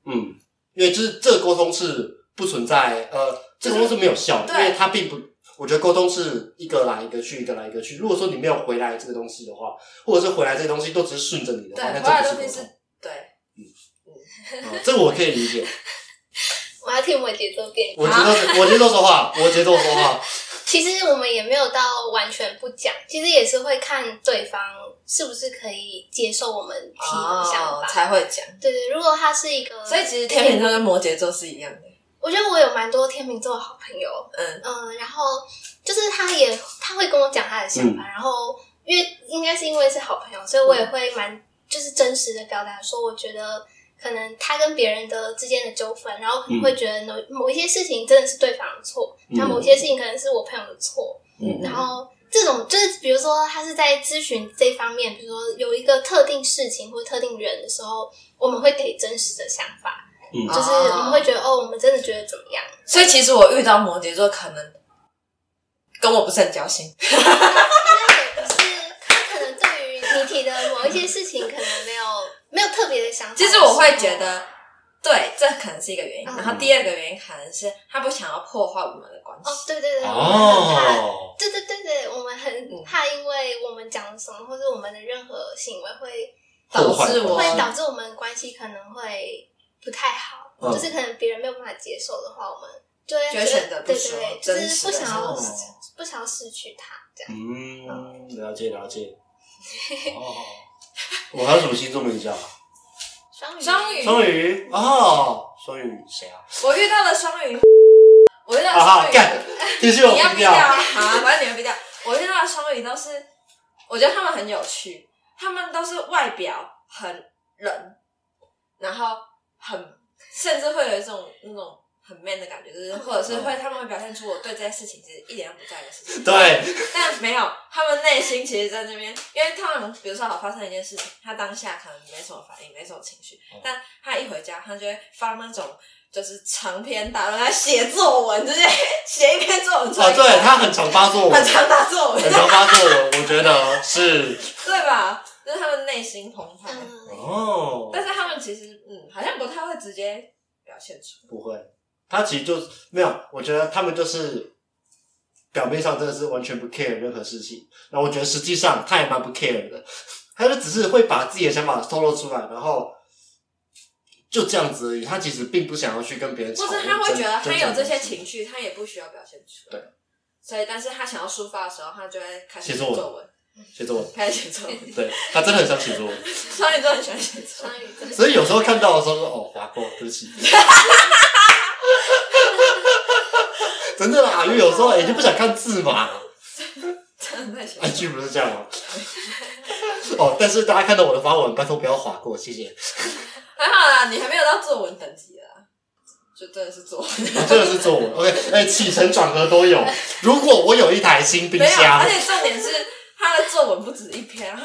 嗯，因为就是这个沟通是不存在，呃，这个沟通是没有效的，对因为它并不，我觉得沟通是一个来一个去，一个来一个去。如果说你没有回来这个东西的话，或者是回来这个东西都只是顺着你的对，话，回那来这的不东西是是沟，对，通。啊这个我可以理 解，我要听我节奏变。我节奏是，我节奏说话，我节奏说话，其实我们也没有到完全不讲，其实也是会看对方是不是可以接受我们提的想哦，法。才会讲。对对，如果他是一个，所以其实天秤座跟摩羯座是一样的。我觉得我有蛮多天秤座的好朋友，嗯，嗯，然后就是他也他会跟我讲他的想嗯法，然后因为应该是因为是好朋友，所以我也会蛮就是真实的表达说，我觉得可能他跟别人的之间的纠纷，然后可能会觉得某某一些事情真的是对方的错，那、嗯某些事情可能是我朋友的错，嗯然后。这种就是，比如说他是在咨询这方面，比如说有一个特定事情或特定人的时候，我们会给真实的想法，嗯就是我们会觉得哦，我们真的觉得怎么样？所以其实我遇到摩羯座，可能跟我不是很交心。那也不是，他可能对于你提的某一些事情，可能没有没有特别的想法。其实我会觉，得，对，这可能是一个原因。嗯然后第二个原因可能是他不想要破坏我们的关系哦。，对对对，我们很怕，嗯哦，对对对对，我们很怕，因为我们讲什么，或者我们的任何行为会导致我哦破坏会关导致我们关系可能会不太好，嗯就是可能别人没有办法接受的话，我们就会就会选择不对说对对，就真是实不的想要想法不想要失去他这样。嗯，了解了解。哦，我还有什么星座没讲？双鱼，双鱼双鱼哦，双鱼谁啊？我遇到的双鱼，我遇到的啊双哈，鱼，干，必须我你要毙毙掉啊！掉。好，反正你们毙掉。 我遇到的双鱼都是，我觉得他们很有趣，他们都是外表很冷，然后很甚至会有一种那种很 man 的感觉，就是或者是会他们会表现出我对这件事情其实一点都不在意的事情。嗯对，但没有，他们内心其实在那边，因为他们比如说好发生一件事情，他当下可能没什么反应，没什么情绪，哦但他一回家，他就会发那种就是长篇大论，他写作文，直接 写一篇作文出来，哦，对他很常发作文，很长大作文，很常发作文，我觉得 是对吧？就是他们内心澎湃，嗯，哦，但是他们其实嗯，好像不太会直接表现出不会，他其实就是没有，我觉得他们就是表面上真的是完全不 care 任何事情，然后我觉得实际上他也蛮不 care 的，他就只是会把自己的想法透露出来，然后。就这样子而已，他其实并不想要去跟别人来，或吵者论真，他会觉得他有这些情。情绪，他也不需要表现出来，对，所以但是他想要抒发的时候，他就会开始写写作文作文，写作文，开始写作文。对他真的很像写作文，双鱼座很喜欢写 作文，双鱼座。所以有时候看到的时候说哦划过，对不 起。真的啦，因为有时候也、就不想看字嘛真的很喜欢。 ，IG 不是这样 吗？哦，但是大家看到我的发文，拜托不要划过，谢谢。还好啦，你还没有到作文等级啦，就真的是作文。我、哦真的是作文，OK，哎、起承转合都有。如果我有一台新冰没有，箱啊而，且重点是他的作文不止一篇，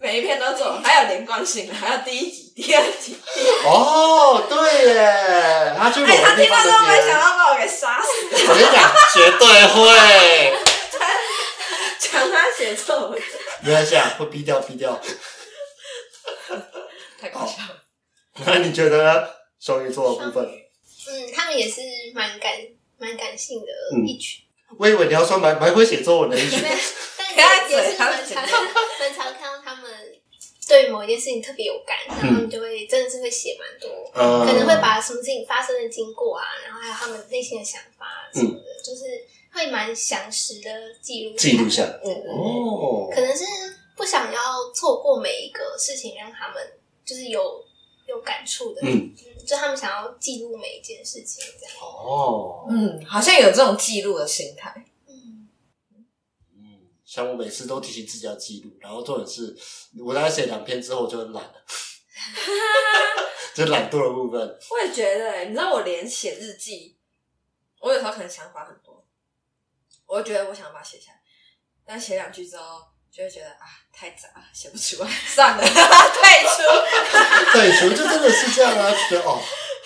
每一篇都作文，还有连贯性，还有第一集、第二集。哦，对耶，他去某哎、他个地听到方之的后没别想人，到把我给杀死，我跟你讲，绝对会。抢他写作文，没关系啊，会逼掉，逼掉。太搞笑了。那你觉得呢？双鱼座的部分？嗯，他们也是蛮感蛮感性的一群，我以为你要说蛮蛮会写作文的一 群，但也也是蛮常 蛮常看到他们对某一件事情特别有感，然后他们就会真的是会写蛮多，呃可能会把什么事情发生的经过啊，然后还有他们内心的想法啊什么的，就是会蛮详实的记录嗯记录下来。来。嗯，哦可能是不想要错过每一个事情，让他们就是有有感触的，嗯，就他们想要记录每一件事情这样。哦，嗯，好像有这种记录的心态。嗯，像我每次都提醒自己要记录，然后重点是我大概写两篇之后我就很 懒了，就懒惰的部分。我也觉得、欸，你知道我连写日记，我有时候可能想法很多，我会觉得我想把它写下来，但写两句之后就会觉得啊太杂了，写不出来，算了， 退出。对，除就真的是这样啊，就觉得哦，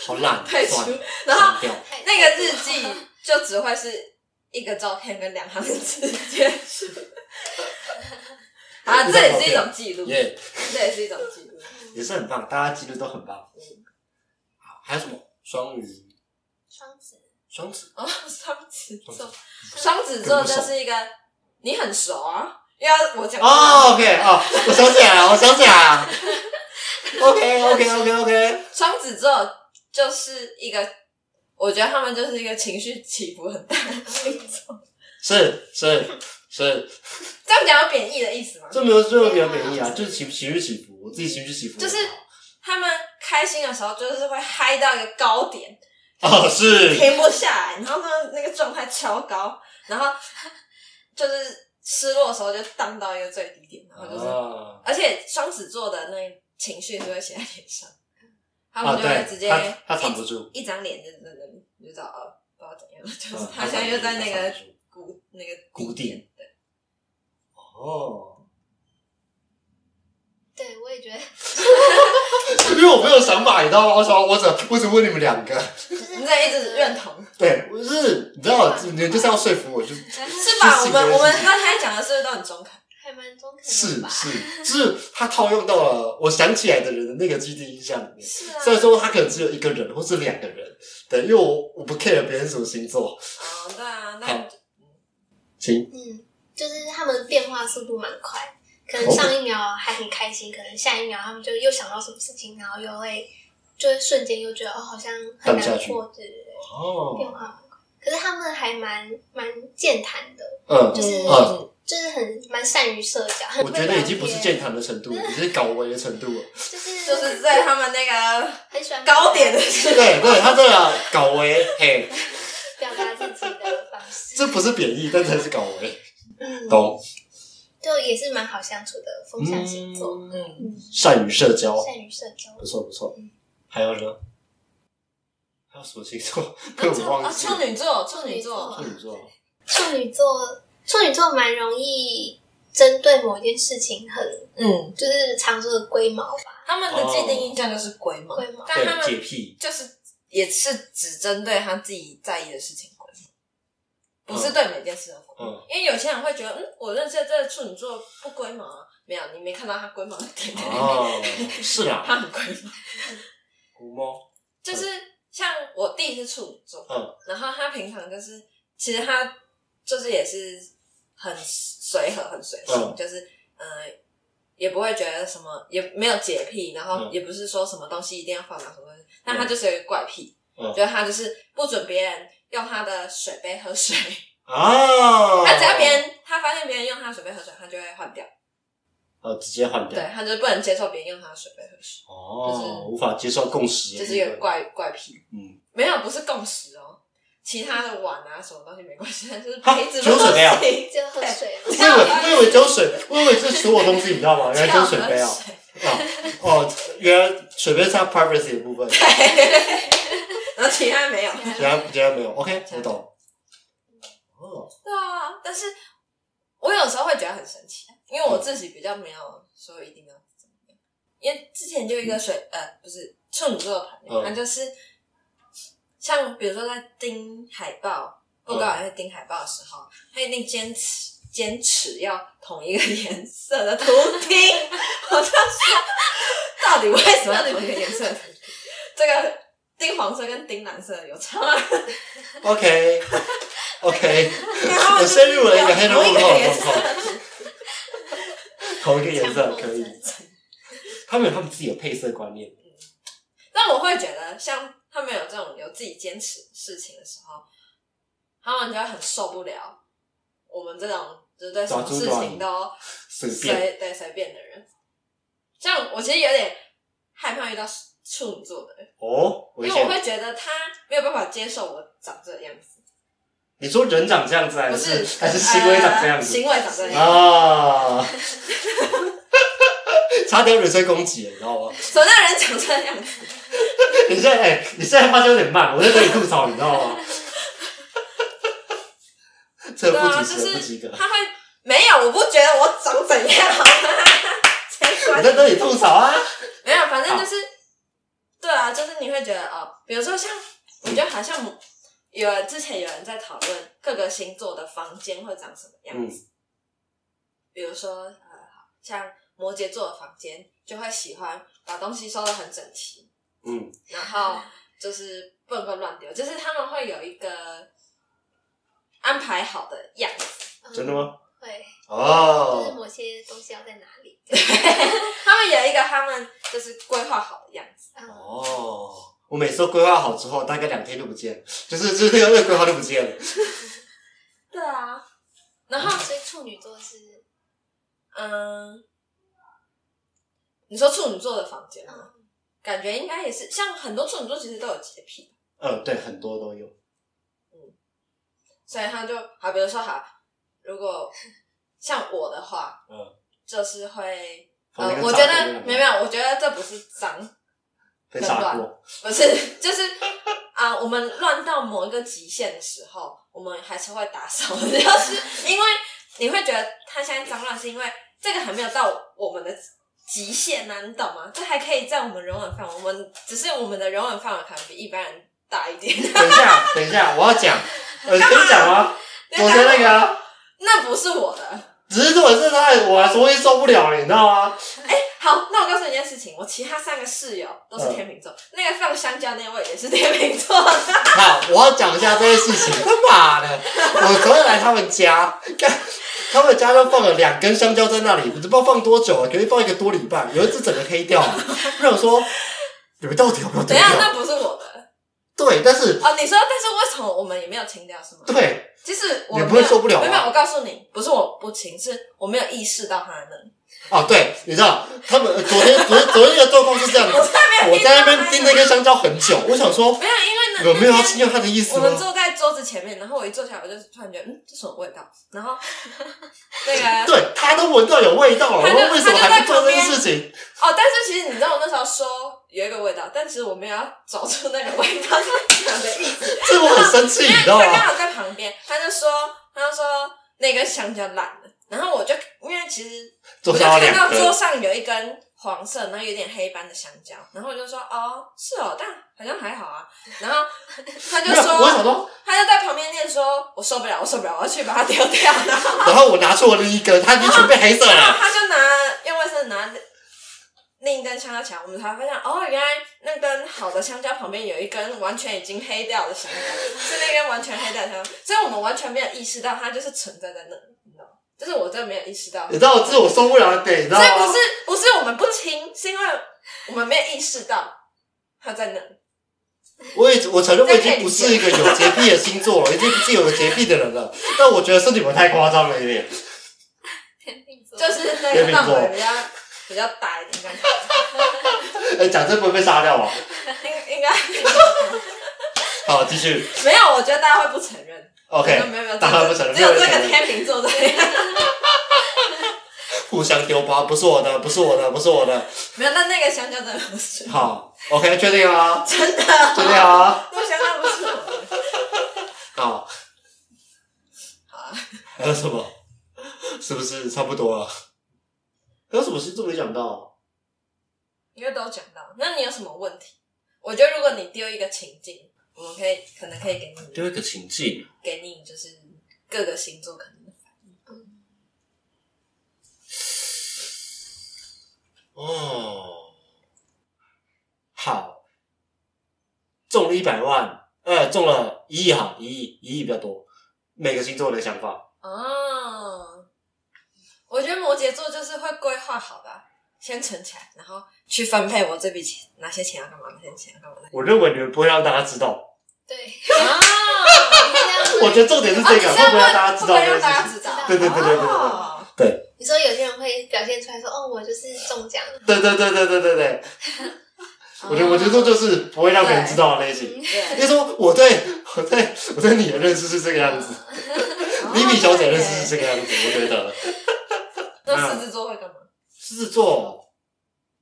好懒，退出算了，然后删掉。那个日记就只会是一个照片跟两行字结束。啊，这也是一种记录，耶、这也是一种记录。也是很棒，大家记录都很棒。好，还有什么？双鱼、双子，双子，哦，双子双子座，双子座就是一个你很熟啊，因为我讲哦，OK，哦，我想起来了，我想起来了。OK，OK，OK，OK，、双子座就是一个，我觉得他们就是一个情绪起伏很大的星座。是是是，这样讲有贬义的意思吗？这没有这没有比较贬义啊，就是情情绪起伏，我自己情绪起伏很就是好。他们开心的时候就是会嗨到一个高点，哦，是停不下来，然后呢那个状态超高，然后就是失落的时候就荡到一个最低点，然后就是，啊而且双子座的那个情绪是会写在脸上，他啊，们就会对，直接他他一藏不住，一张脸就在那里，你就知道哦，不知道怎样，就是嗯他现在就在那他个藏不住谷那个谷底点，对，哦， 对我也觉得，因为我没有想法，你知道吗？我想我只我只问你们两个， 就是你在一直认同。对，我就是你知道，你们就是要说服我，就是是吧？是我们是我们刚才讲的是不是都很中肯？还蛮中肯是的吧？是，就是他套用到了我想起来的人的那个基地印象里面。是啊虽然说他可能只有一个人或是两个人，对，因为我我不 care 别人什么星座，哦，对啊，那好请嗯，就是他们变化速度蛮快，可能上一秒还很开心，可能下一秒他们就又想到什么事情，然后又会就会瞬间又觉得哦，好像很荡下难去过，对对对，变哦，化蛮快。可是他们还蛮蛮健谈的，嗯就，是、嗯就是很蛮善于社交， 很我会觉得聊已经不是天健谈的程度，已经是搞维的程度了。就是就是在他们那个很喜欢高点的时对 候，对，他这个搞维，嘿，表达自己的方式，这不是贬义，但才是搞维，嗯，懂？就也是蛮好相处的风象星座，嗯，哦嗯，善于社交，善于社交不。错不错嗯。还有呢？还有什么星座？被 我忘啊，记处了。女座，处女座，处女座，处女座，处女座蛮容易针对某件事情很，哦嗯，就是常说的龟毛吧，他们的既定印象就是鬼嘛，龟毛。但对，他们洁癖，就是也是只针对他自己在意的事情鬼嘛，不是对每件事都鬼嘛 嗯。因为有些人会觉得，嗯，我认识的这个处女座不龟毛啊，没有，你没看到他龟毛的点，哦，是啊， 他很龟毛，古猫，就是像我弟是处女座，嗯然后他平常就是，其实他就是也是很随和、很随性，嗯就是呃，也不会觉得什么，也没有洁癖，然后嗯也不是说什么东西一定要放哪什么东西，但嗯他就是有一个怪癖，嗯就是他就是不准别人用他的水杯喝水，啊，他只要别人他发现别人用他的水杯喝水，他就会换掉，呃直接换对掉，他就是不能接受别人用他的水杯喝水，哦就，无法接受共识，就是有怪怪癖。嗯，没有，不是共识哦。其他的碗啊，什么东西没关系，但就是哈杯子只有不水杯啊行。 就喝水我以了，为我以为只有水，我以为是所有东西，你知道吗？ 原来只有水杯啊，哦哦，原来水杯是它 privacy 的部分，然后其他没有。原来原来没有，OK，我 懂。哦，对啊，但是我有时候会觉得很神奇，因嗯为我自己比较没有说一定要怎么样。因为之前就一个水呃，不是处女座的朋友，嗯他就是像比如说在盯海报，布嗯告栏在盯海报的时候，他一定坚持坚持要同一个颜色 的图钉。我就说，到底为什么要同一个颜色的图钉？这个钉黄色跟钉蓝色有差吗？ OK OK，他我们就是陷入了一个黑龙同一江个的颜状况色。。同一个颜色强迫啊可以症，他们有他们自己的配色观念，但我会觉得，像他们有这种有自己坚持事情的时候，他们就会很受不了我们这种就是对什么事情都随便随对随便的人。像我其实有点害怕遇到处女座的人，哦，危因为险我。会觉得他没有办法接受我长这个样子。你说人长这样子，还不是还是行为长这样呃子行为长这样。啊？ 差点人身攻击了，你知道吗？什么叫人长这样？你现在哎、你现在发现有点慢，我在跟你吐槽，你知道吗？ 这对不啊，及就格，不及是格。他会没有，我不觉得我长怎样， 谁我管在这里吐槽啊！没有，反正就是，对啊，就是你会觉得哦，比如说像，我觉得好像有之前有人在讨论各个星座的房间会长什么样子，比如说呃，像摩羯座的房间就会喜欢把东西收的很整齐，嗯，然后就是不能够乱丢，就是他们会有一个安排好的样子。 真的吗？会，就是哦，某些东西要在哪里。他们有一个他们就是规划好的样子，嗯，哦，我每次都规划好之后，大概两天就不见了，就是就是那个规划就不见了。对啊，然后所以处女座是，嗯，你说处女座的房间吗？感觉应该也是，像很多处女座其实都有洁癖，嗯，对，很多都有。所以他就好，比如说好，如果像我的话，嗯，就是会，房呃间，跟炸我觉锅一得样没有没有，我觉得这不是脏，被炸过， 不是，就是啊、我们乱到某一个极限的时候，我们还是会打扫， 就是因为你会觉得它现在脏乱，是因为这个还没有到我们的极限呐、你懂吗？这还可以在我们容忍范围，我们只是我们的容忍范围可能比一般人大一点。 等一下，等一下，我要讲，我跟你讲啊，昨天那个啊，那不是我的。只是我是他，我还终于受不了了，你知道吗？好，那我告诉你一件事情，我其他三个室友都是天秤座，那个放香蕉那位也是天秤座的。 好，我要讲一下这件事情。他妈的，我昨天来他们家， 看他们家就放了两根香蕉在那里，我都不知道放多久了，啊可能放一个多礼拜，有一次整个黑掉了。我想说，你们到底有没有丢等一掉下，？那不是我的对，但是哦。你说，但是为什么我们也没有清掉，是吗？对，其实我你没不有会受不了吗啊没有，没有我告诉你，不是我不情，是我没有意识到他那里。哦对，你知道他们昨天昨天昨天的状况是这样的，我在那边盯那根香蕉很久，我想说没有，因为那有没有要那侵天犯他的意思我吗们？坐在桌子前面，然后我一坐下来，我就突然觉得，嗯，这什么味道？然后 那个对他都闻到有味道了，他就我为什么还不做这件他就在旁边事情？哦，但是其实你知道，我那时候说有一个味道，但其实我没有要找出那个味道 是什么的意思。这我很生气，因你为知他道啊刚吗？好在旁边，他就说，他就说那根香蕉烂了，然后我就因为其实桌我就上有看两到根桌。上有一根黄色，然后有点黑斑的香蕉，然后我就说哦，是哦，但好像还好啊。然后他就没有，我想说，说，他就在旁边念说，我受不了，我受不了，我要去把它丢掉。然后，然后我拿出我的一根，它已经全被黑色然了。后他就拿用卫生纸拿另一根香蕉起来，我们才发现哦，原来那根好的香蕉旁边有一根完全已经黑掉的香蕉，是那根完全黑掉的香蕉，所以我们完全没有意识到它就是存在在那里，你知道吗？就是我真的没有意识到你。知道，这是我受不了的点，你知道啊所以不吗是？不是我们不听，是因为我们没有意识到他在那里。我已我承认我已经不是一个有洁癖的星座了，已经不是有洁癖的人了。但我觉得是你们太夸张了一点。天秤座就是那天秤个范座围比较比较大一点，感哎，讲这不会被杀掉吗？觉应 应该好，继续。没有。我觉得大家会不承认。 OK，没有没有，大家不承认，只有没这有人承个认天秤座这样。 互相丢包，不是我的，不是我的，不是我的。 没有，但那个香蕉真的不是，好，OK，确定啊，真的， 确定啊。那个香蕉不是我的。好，好啊， 还有什么？是不是差不多了？还有什么星座没讲到？啊因为都讲到，那你有什么问题？我觉得如果你丢一个情境，我们可以可能可以给你一个情境，给你就是各个星座可能的哦，好，中了一百万，呃，中了一亿哈，一亿，一亿比较多。每个星座的想法，哦，我觉得摩羯座就是会规划好吧，先存起来，然后去分配我这笔钱，哪些钱要干嘛，哪些钱要干嘛。我认为你们不会让大家知道。对， 啊，你这样我问觉得重点是这个，会不会让大家知道这会哦不会让件事大家情？知道？对对对对对对对哦你说有些人会表现出来说，哦，我就是中奖了，对对对对对对对。我觉得摩羯座就是不会让别人知道的类型。应哦对，该说我对我对我对你的认识是这个样子，哦你比小姐认识是这个样子，我觉得那狮子座会干嘛？狮子座，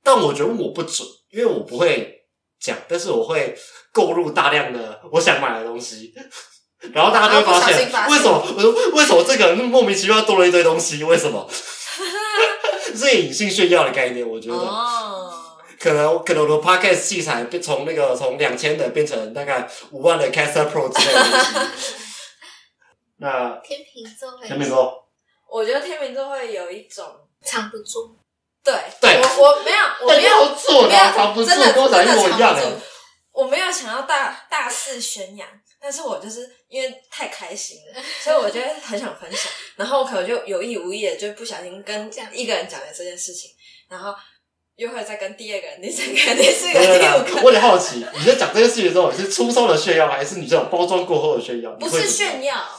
但我觉得我不准，因为我不会讲，但是我会购入大量的 我想买的东西。 然后大家就会发现，然后啊不为小什心发么？我说为什么这个人莫名其妙多了一堆东西？为什 么？这隐性炫耀的概念，我觉得、哦，可能可能我的 podcast 器材变从那个从两千的变成大概五万的 Caster Pro 之类的东 西。那天秤座会前面说，我觉得天秤座会有一种藏不住，对，对我我没有，我没有要做没有的，藏不住，真的跟我长一模一样真的藏哎不。住我没有想要大大肆宣扬，但是我就是因为太开心了，所以我就会很想分享。然后我可能就有意无意的就不小心跟这样一个人讲了这件事情，然后又会再跟第二个人、第三个人、第 四个对对人、第对五对个我有点人，好奇，你在讲这件事情的时候，你是粗糙的炫耀，还是你这种包装过后的炫耀？不你会是怎么样炫耀，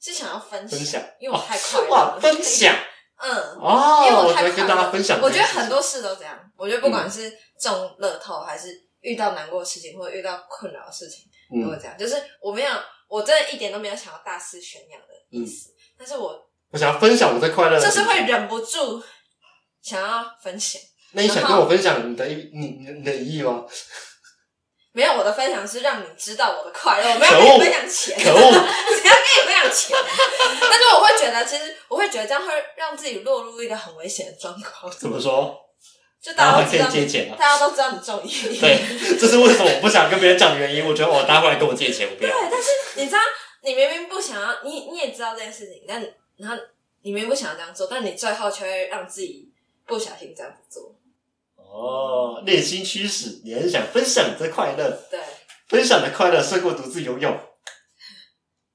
是想要分享，分享，因为我太快乐哇，了，分享 嗯。哦，因为我我觉太得快跟乐大了家分享这我觉件得事情，嗯很多事都这样。我觉得不管是中乐透，还是遇到难过的事情，或者遇到困扰的事情，都会嗯，这样。就是我没有，我真的一点都没有想要大肆宣扬的意嗯思，但是我我想要分享我在快乐的就事是情，会忍不住想要分享。那你想然跟后我分享你的一你你你的一亿吗？没有，我的分享是让你知道我的快乐，我没有跟你分享钱，可恶！ 只要跟你分享钱。但是我会觉得，其实我会觉得这样会让自己落入一个很危险的状况，怎么说？就大然后还家都可知以借道你，钱啊？大家都知道你中意。对， 这是为什么我不想跟别人讲的原因。我觉得哦，大家过来跟我借钱，我不要。对，但是你知道，你明明不想要，你你也知道这件事情，但然后你明明不想要这样做，但你最后却会让自己不小心这样子做。哦，内心驱使，你很想分享你的快乐，对分享的快乐胜过独自拥有。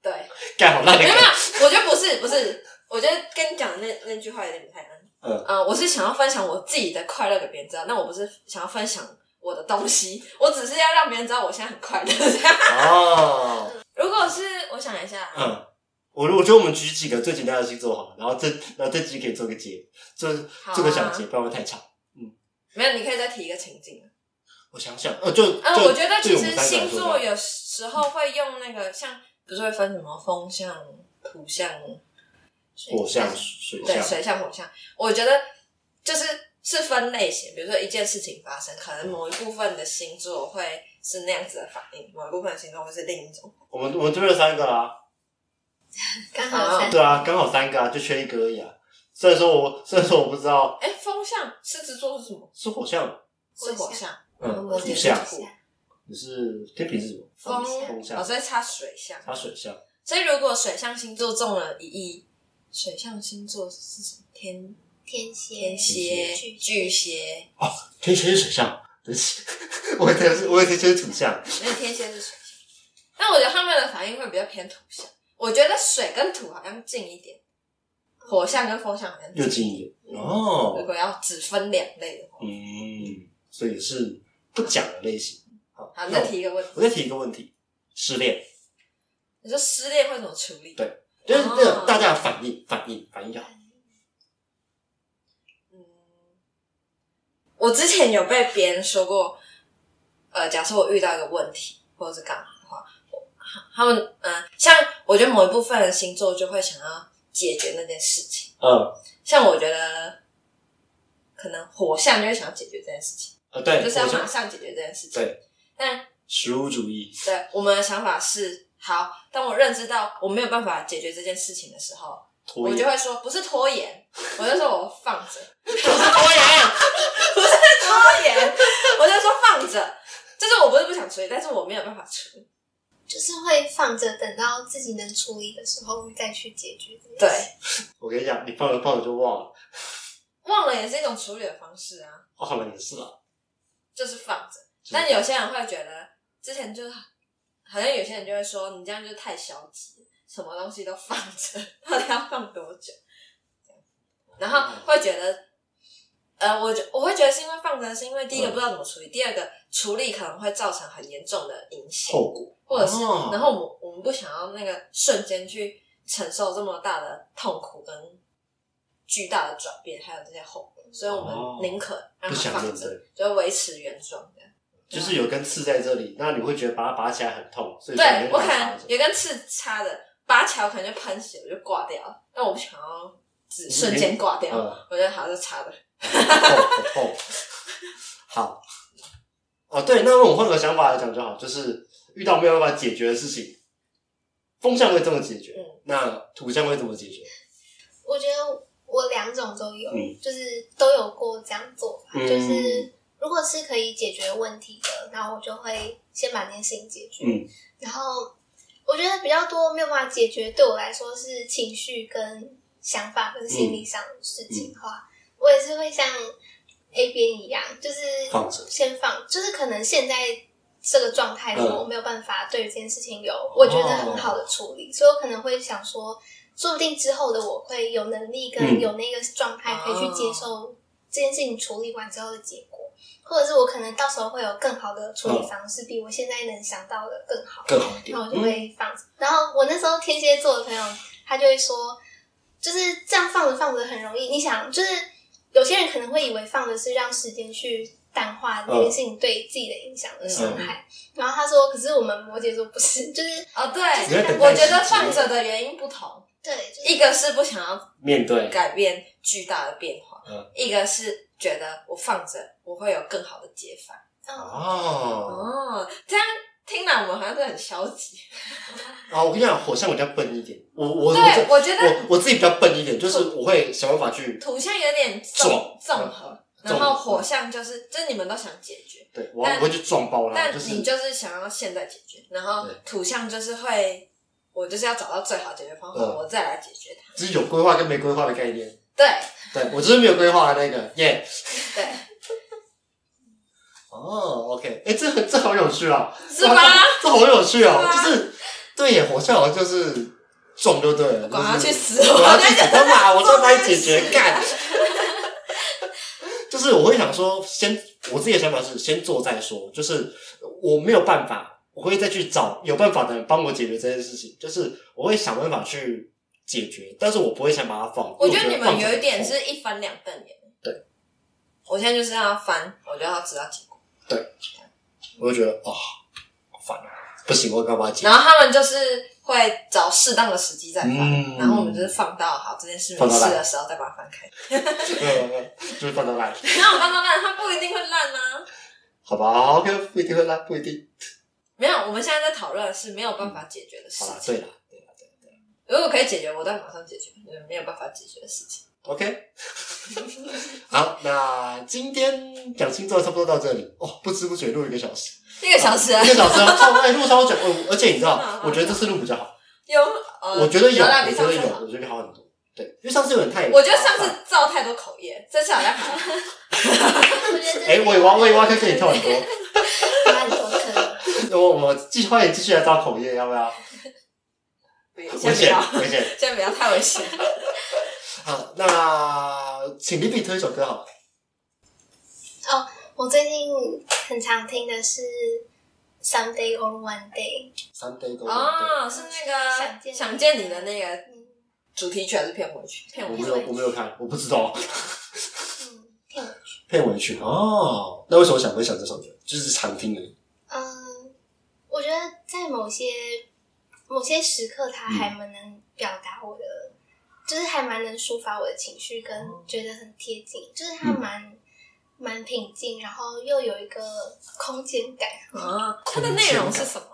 对，干好烂的没有梗没，有，我觉得不是不是，我觉得跟你讲的那那句话有点不太一样。嗯呃我是想要分享我自己的快乐给别人知道，那我不是想要分享我的东西，我只是要让别人知道我现在很快乐。 这样哦，如果是我想一下，啊嗯，我我觉得我们举几个最简单的星座好了，然后这然后这集可以做个结，做好啊做个小结，不然会太长。没有，你可以再提一个情境。我想想，呃，就嗯，就我觉得对其我们三个实来星说座有时候会用那个，像不是会分什么风象、土象、火象、水对象，水象、火象。我觉得就是是分类型，比如说一件事情发生，可能某一部分的星座会是那样子的反应，某一部分的星座会是另一种。我们我们这边有三个啦，刚好有三对啊，刚好三个啊，就缺一个而已啊。虽然说我虽然说我不知道哎，风象狮子座是什么？是火象，是火象，嗯，摩土羯象是，土，你是天平是什么？风风象哦，所以差水象。它水象，所以如果水象星座中了一亿，水象星座是什么？天天蝎，天蝎、巨巨蟹，天蝎是水象，对不起， 我以为是我以为天蝎是土象，因为天蝎是水象。但我觉得他们的反应会比较偏土象。我觉得水跟土好像近一点，火象跟风象好像又近一点哦如，果要只分两类的话，嗯，所以是不讲的类型。好好，那再我提一个问我题，再提一个问题，失恋，你说失恋会怎么处理？对就是这个哦大家的反应，反应，反应好。嗯，我之前有被别人说过，呃，假设我遇到一个问题或者是干嘛的话，我他们嗯、像我觉得某一部分的星座就会想要解决那件事情，嗯，像我觉得可能火象就会想要解决这件事情，呃，对，就是要我马想上解决这件事情。对，但实物主义，对，我们的想法是，好，当我认知到我没有办法解决这件事情的时候，拖我延，就会说不是拖延，我就说我放着， 拖延，拖延，我就说放着，就是我不是不想处理，但是我没有办法处理。就是会放着，等到自己能处理的时候再去解决这件事。对，我跟你讲，你放着放着就忘了，忘了也是一种处理的方式啊，忘了也是啊。就是放着。就是但有些人会觉得，之前就是好像有些人就会说，你这样就太消极，什么东西都放着，到底要放多久？然后嗯会觉得，呃，我觉我会觉得是因为放着，是因为第一个嗯不知道怎么处理，第二个处理可能会造成很严重的影响，后果，或者是哦然后我们我们不想要那个瞬间去承受这么大的痛苦跟巨大的转变，还有这些后果，所以我哦们宁可让不它想面嗯放着对，就维持原状这样。就是有根刺在这里，那你会觉得把它拔起来很痛，所以说对你我会可把它拔能着有根刺插的，拔起来我可能就喷血，我就挂掉了。但我不想要只瞬间挂掉，嗯我就好像插的。痛很痛。 好，哦对，那我换个想法来讲就好，就是遇到没有办法解决的事情，风向会这么解决，嗯那土象会怎么解决？我觉得我两种都有，嗯就是都有过这样做法，嗯就是如果是可以解决问题的，然后我就会先把那件事情解决，嗯然后我觉得比较多没有办法解决，对我来说是情绪跟想法跟心嗯理上的事情的话，我也是会像 A 边一样，就是放着先放，就是可能现在。这个状态，嗯哦我没有办法对于这件事情有我觉得很好的处理，所以我可能会想说，说不定之后的我会有能力嗯跟有那个状态，可以去接受这件事情处理完之后的结果，或者是我可能到时候会有更好的处嗯理方式，比我现在能想到的更好，更好一点哦然后，我就会放着。然后我那时候天蝎座的朋友，他就会说，就是这样放着放着很容易，你想，就是有些人可能会以为放着是让时间去。淡嗯化这件事情对自己的影响的伤害，然后他说：“可是我们摩羯座不是，就是哦，对，你会等待我觉得时机放着的原因不同，对，就是一个是不想要嗯面对，改变巨大的变化，嗯一个是觉得我放着我会有更好的解法。嗯，哦，哦，这样听来我们好像都很消极。啊，我跟你讲，火象比较笨一点，我我我对，这我觉得我我自己比较笨一点，就是我会想办法去土象有点重综综合，然嗯综合后火象就是就是你们都想解决，对，我我会去撞包啦，但就是你就是想要现在解决，然后对土象就是会，我就是要找到最好的解决方法，嗯我再来解决它。就是有规划跟没规划的概念。对对我就是没有规划的那个耶。 对，哦，OK，哎、这很这好有趣啊，是吧？这好有趣哦，是吧就是对耶，火象好像就是中就对了，管他去死！我要去死，他妈，我就把帮你解决干。就是我会想说，先我自己的想法是先做再说，就是我没有办法，我会再去找有办法的人帮我解决这件事情，就是我会想办法去解决，但是我不会想把它放。我因为觉得你们放着有一点很痛是一翻两瞪眼。对，我现在就是要翻，我就要知道结果。我就觉得啊、好烦啊，不行，我干嘛解决然？后他们就是会找适当的时机再翻，嗯然后我们就是放到好这件事没放到事烂的时候再把它翻开。 嗯 就是放到烂，然后我放到烂，它不一定会烂啊。好吧，OK，不一定会烂，不一定。没有，我们现在在讨论的是没有办法解决的嗯事好啦，情。对啦，对啦，对啦如果可以解决，我再马上解决；没有办法解决的事情， ，OK。好，那今天讲星座差不多到这里哦，不知不觉录一个小时，一个小时啊一个小时啊，超哎录超久，哦而且你知 真的道啊，我觉得这次录比较好，有，呃我觉得有，有啦，我比觉上得次有，好。我觉得好很多。对，因为上次有点太，我觉得上次造太多口业，这次好像还好。我觉得哎，我也挖我也挖坑给你 跳很多， 挖很多坑，我我继快点继续来造口业，要不要？不要危先不险要，危险。 先不要太 危险。好，那请李比推一首歌好了。我最近很常听的是 Someday or One Day， Sunday Go。哦，是那想个见想见你的那个嗯主题曲还是片尾曲？片我尾没曲有，我没有看，我不知道 嗯，骗我去，片尾曲哦。那为什么想会想这首歌？就是常听的，嗯，我觉得在某些某些时刻，它还嗯蛮能表达我的，就是还蛮能抒发我的情绪，跟哦觉得很贴近，就是嗯它蛮蛮平静，然后又有一个空间感，啊，它的内容是什么？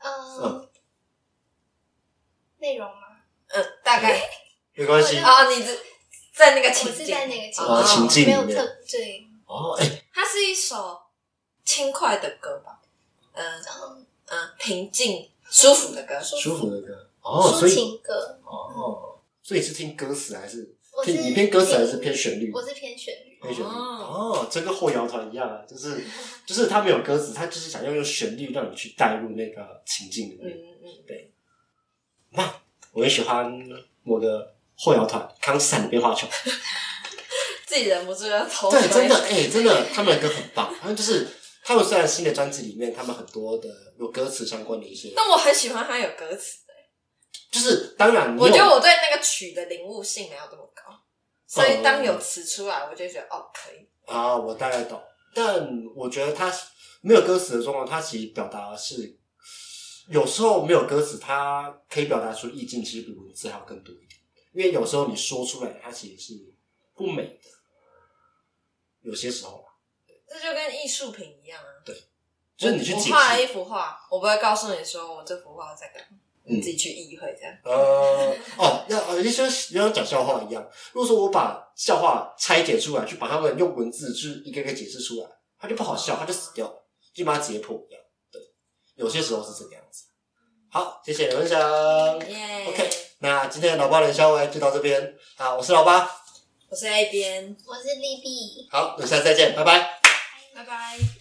嗯，内容吗？嗯，大概没关系我哦，你只在那个我情是境，在那个情哦情境没有里面特对，哦。哎、它是一首轻快的歌吧？嗯嗯，嗯，平静舒服的歌。哦舒服的歌哦，所抒以情歌，哦，所以是听歌词还是我是听你偏歌词听还是偏旋律？我是偏旋律，偏旋律哦哦，这跟后摇团一样啊，就是就是他没有歌词，他就是想要用旋律让你去带入那个情境里嗯面。嗯嗯，我也喜欢某个后摇团康斯坦的变化球。自己忍不住要偷对，真的，哎、真的，他们的歌很棒。他们就是，他们虽然新的专辑里面，他们很多的有歌词相关的一些，但我很喜欢它有歌词，就是当然你有，我觉得我对那个曲的领悟性没有这么高，所以哦当有词出来，我就觉得哦可以。啊，我大概懂，但我觉得他没有歌词的状况，它其实表达的是有时候没有歌词，它可以表达出意境，其实比文字还要更多一点。因为有时候你说出来，它其实是不美的，有些时候啊，这就跟艺术品一样啊。就是你去我解画了一释。幅画，我不会告诉你说我这幅画在干嘛，嗯你自己去意会这样。呃，哦，那呃，就像就像讲笑话一样，如果说我把笑话拆解出来，去把它们用文字去一个一个解释出来，它就不好笑，它就死掉了，就把它解剖一样。对，有些时候是这个样子。好，谢谢你的分享。耶嗯 OK，那今天的老八冷笑话就到这边啊，我是老八，我是 A 边，我是利弊。好，我们下次再见，拜拜。拜拜。